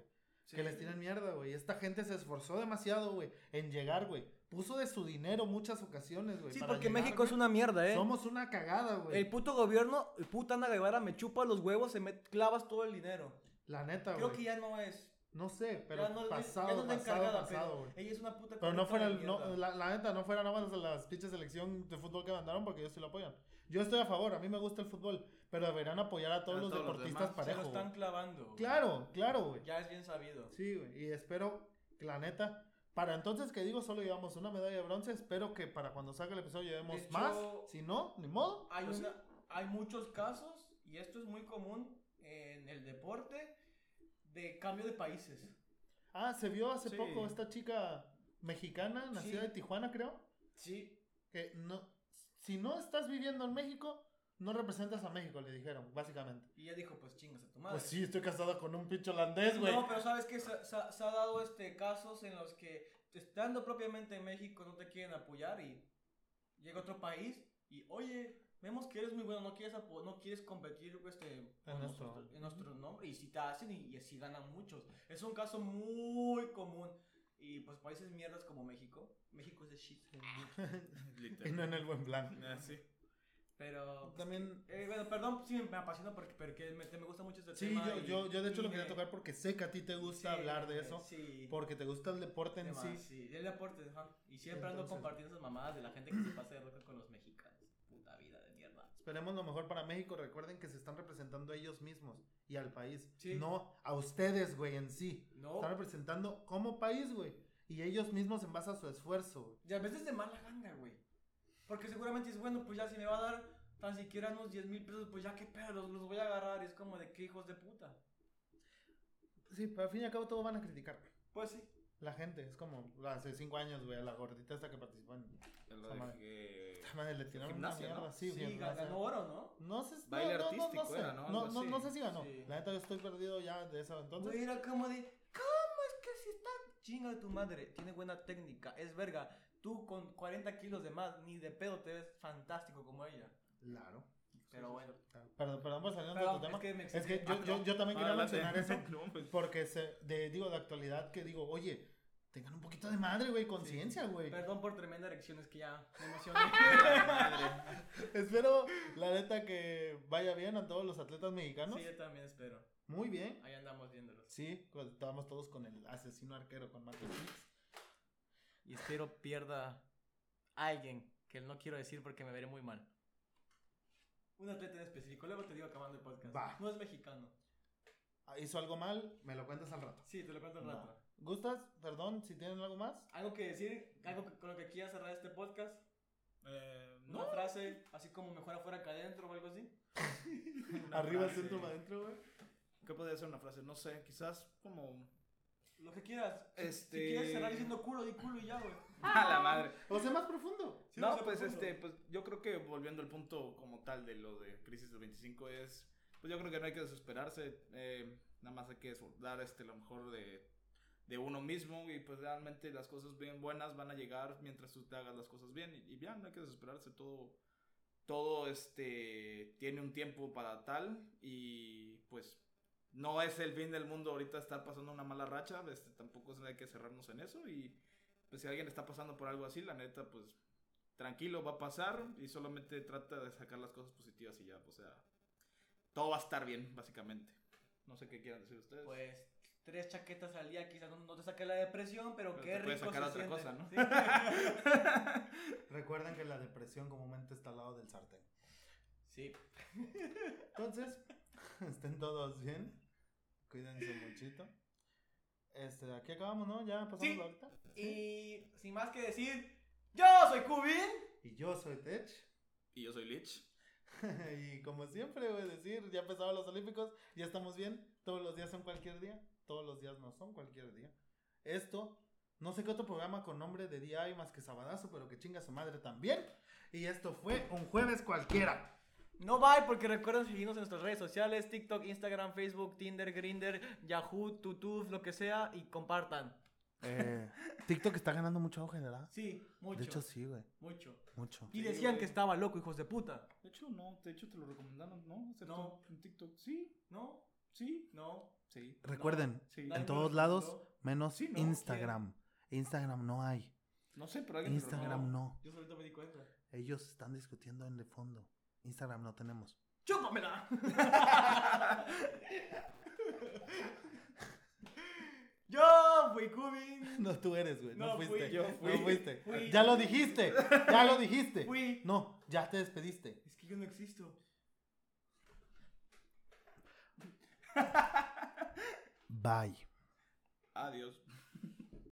Que les tiran mierda, güey. Esta gente se esforzó demasiado, güey, en llegar, güey. Puso de su dinero muchas ocasiones, güey.
Sí,
para
porque
llegar,
México es
güey.
una mierda, eh.
Somos una cagada, güey.
El puto gobierno, el puta Ana Guevara me chupa los huevos, se me clavas todo el dinero.
La neta,
Creo que
güey.
ya no es.
No sé, pero
ya no, es-
pasado,
ya no es la
pasado,
encargada,
pasado,
pero
güey.
Ella es una puta
Pero no
corrupta
fuera,
de
el- no,
mierda.
la, la neta, no fuera nada más las pinches selección de fútbol que mandaron porque yo sí lo apoyan. Yo estoy a favor, a mí me gusta el fútbol, pero deberán apoyar a todos
A
los
todos los
deportistas
demás,
Se lo
parejo.
están
güey.
clavando. güey.
Claro, claro, güey.
Ya es bien sabido.
Sí, güey, y espero que la neta, para entonces que digo solo llevamos una medalla de bronce, espero que para cuando salga el episodio llevemos
De
más,
hecho-
si no, ni modo.
Hay,
Pues sí.
una- hay muchos casos, y esto es muy común en el deporte, de cambio de países.
Ah, se vio hace
Sí.
poco esta chica mexicana, nacida
Sí.
de Tijuana, creo.
Sí.
que no, si no estás viviendo en México, no representas a México, le dijeron, básicamente.
Y ella dijo, pues chingas a tu madre.
Pues sí, estoy casada con un pinche holandés, güey.
No, pero sabes que se, se- se ha dado este casos en los que estando propiamente en México no te quieren apoyar y llega otro país y oye, vemos que eres muy bueno, no quieres apo- no quieres competir este con
nuestro-
nosotros- en nuestro nombre y si te hacen y, y así ganan muchos. Es un caso muy común y pues países mierdas como México, México es de shit.
y *laughs* no
*laughs* Literal.
en el buen plan.
Ah, sí.
Pero
También,
eh, bueno, perdón, sí me apasiona porque, porque me, te- me gusta mucho este
sí,
tema.
yo,
y-
yo, yo de hecho
y
lo
me-
quería tocar porque sé que a ti te gusta
sí,
hablar de eso,
sí.
porque te gusta el deporte en
Demás,
sí.
sí, el deporte, ajá. Y siempre ando
Entonces-
compartiendo esas mamadas de la gente que se pasa de roca con los mexicanos. Puta vida de mierda.
Esperemos lo mejor para México. Recuerden que se están representando a ellos mismos y al país.
Sí.
No a ustedes, güey, en sí.
No.
Están representando como país, güey. Y ellos mismos en base a su esfuerzo, güey.
Y a veces de mala gana, güey. Porque seguramente es bueno, pues ya si me va a dar tan siquiera unos 10 mil pesos, pues ya qué pedo, los, los voy a agarrar. Es como de qué hijos de puta.
Sí, pero al fin y al cabo todos van a criticar, güey.
Pues sí.
La gente, es como hace cinco años, güey, a la gordita esta que participó en. *laughs*
Lo
Esa madre.
dejé-
Esta madre le tiraron una
Gimnasia,
mierda
¿no?
así, güey,
sí,
gimnasia.
ganó oro, ¿no?
No sé, no,
Baile
no, no, no
artístico
sé.
era, ¿no?
No,
Algo
no- no
así.
sé si ganó.
Sí.
La neta, yo estoy perdido ya de eso. Entonces,
Güey, era como de, ¿cómo es que si está chinga de tu madre? Tiene buena técnica, es verga. Tú con 40 kilos de más, ni de pedo te ves fantástico como ella.
claro.
Pero bueno.
Perdón, perdón por salirnos
Perdón,
de tu tema.
es que me
Es que yo,
Ah,
yo,
no.
yo también quería
Adelante. *laughs*
mencionar eso.
No, pues.
Porque se, de, digo, de actualidad que digo, oye, tengan un poquito de madre, güey, conciencia, güey.
Perdón por tremenda erección, es que ya me *laughs* emocioné.
*laughs* Espero, la neta, que vaya bien a todos los atletas mexicanos.
sí, yo también espero.
Muy bien.
Ahí andamos viéndolos.
Sí, pues, estábamos todos con el asesino arquero, con Marcos Félix.
Y espero pierda a alguien que no quiero decir porque me veré muy mal. Un atleta en específico, luego te digo acabando el podcast.
Va.
No es mexicano.
Ah, ¿Hizo algo mal? Me lo cuentas al rato.
Sí, te lo cuento al
Va.
rato.
¿Gustas? Perdón, si tienen algo más.
¿Algo que decir? ¿Algo que- con lo que quieras cerrar este podcast?
Eh,
Una
no.
frase así como mejor afuera que adentro o algo así.
Una
Arriba, el
frase.
centro, para adentro, güey.
¿Qué podría ser una frase? No sé, quizás como.
Lo que quieras. Si-
Este-
Si quieres cerrar diciendo culo, di culo y ya, güey.
*laughs* ¡A la madre!
O sea, más profundo.
Sí, o
no,
sea,
pues
profundo.
este, pues yo creo que volviendo al punto como tal de lo de crisis del 25 es, pues yo creo que no hay que desesperarse, eh, nada más hay que dar este lo mejor de, de uno mismo y pues realmente las cosas bien buenas van a llegar mientras tú te hagas las cosas bien y, y ya no hay que desesperarse, todo todo este tiene un tiempo para tal y pues no es el fin del mundo ahorita estar pasando una mala racha, este, tampoco hay que cerrarnos en eso y pues si alguien está pasando por algo así, la neta pues tranquilo, va a pasar y solamente trata de sacar las cosas positivas y ya, o sea, todo va a estar bien, básicamente. No sé qué quieran decir ustedes.
Pues tres chaquetas al día quizás no, no te saque la depresión, pero,
Pero
qué
te
rico
puede sacar
se
otra
siente.
cosa, ¿no?
Sí.
Recuerden que la depresión comúnmente está al lado del sartén.
Sí.
Entonces, *laughs* estén todos bien. Cuídense muchito. Este, aquí acabamos, ¿no? Ya pasamos
Sí.
la ahorita.
*laughs* Y sin más que decir, yo soy Cubin.
Y yo soy Tech. *laughs*
Y yo soy Lich.
y como siempre, voy a decir, ya empezaron los Olímpicos, ya estamos bien. Todos los días son cualquier día. Todos los días no son cualquier día. Esto, no sé qué otro programa con nombre de día hay más que Sabadazo, pero que chinga su madre también. Y esto fue un jueves cualquiera.
No bye, porque recuerden seguirnos en nuestras redes sociales, TikTok, Instagram, Facebook, Tinder, Grinder, Yahoo, Tutuf, lo que sea, y compartan.
Eh, TikTok está ganando mucho auge, ¿verdad?
Sí, mucho.
De hecho, sí, güey.
Mucho.
Mucho.
Y
Sí,
decían
güey.
que estaba loco, hijos de puta.
De hecho, no, de hecho te lo recomendaron, ¿no? Hacer
No.
tu- un TikTok. Sí,
¿No?
sí,
No.
sí.
Recuerden,
Sí.
Dale.
en todos lados, menos
Sí, ¿no?
Instagram. Instagram no hay.
No sé, pero alguien te lo
Instagram
recomendó.
no.
Yo solito me di cuenta.
Ellos están discutiendo en el fondo. Instagram no tenemos.
¡Chúpamela! *laughs* Yo fui Cubin.
*laughs* No, tú eres, güey. No,
No, fui
fuiste.
yo, fui.
No fuiste.
Fui.
Ya lo dijiste. Ya lo dijiste.
Fui.
No, ya te despediste.
Es que yo no existo.
Bye.
Adiós.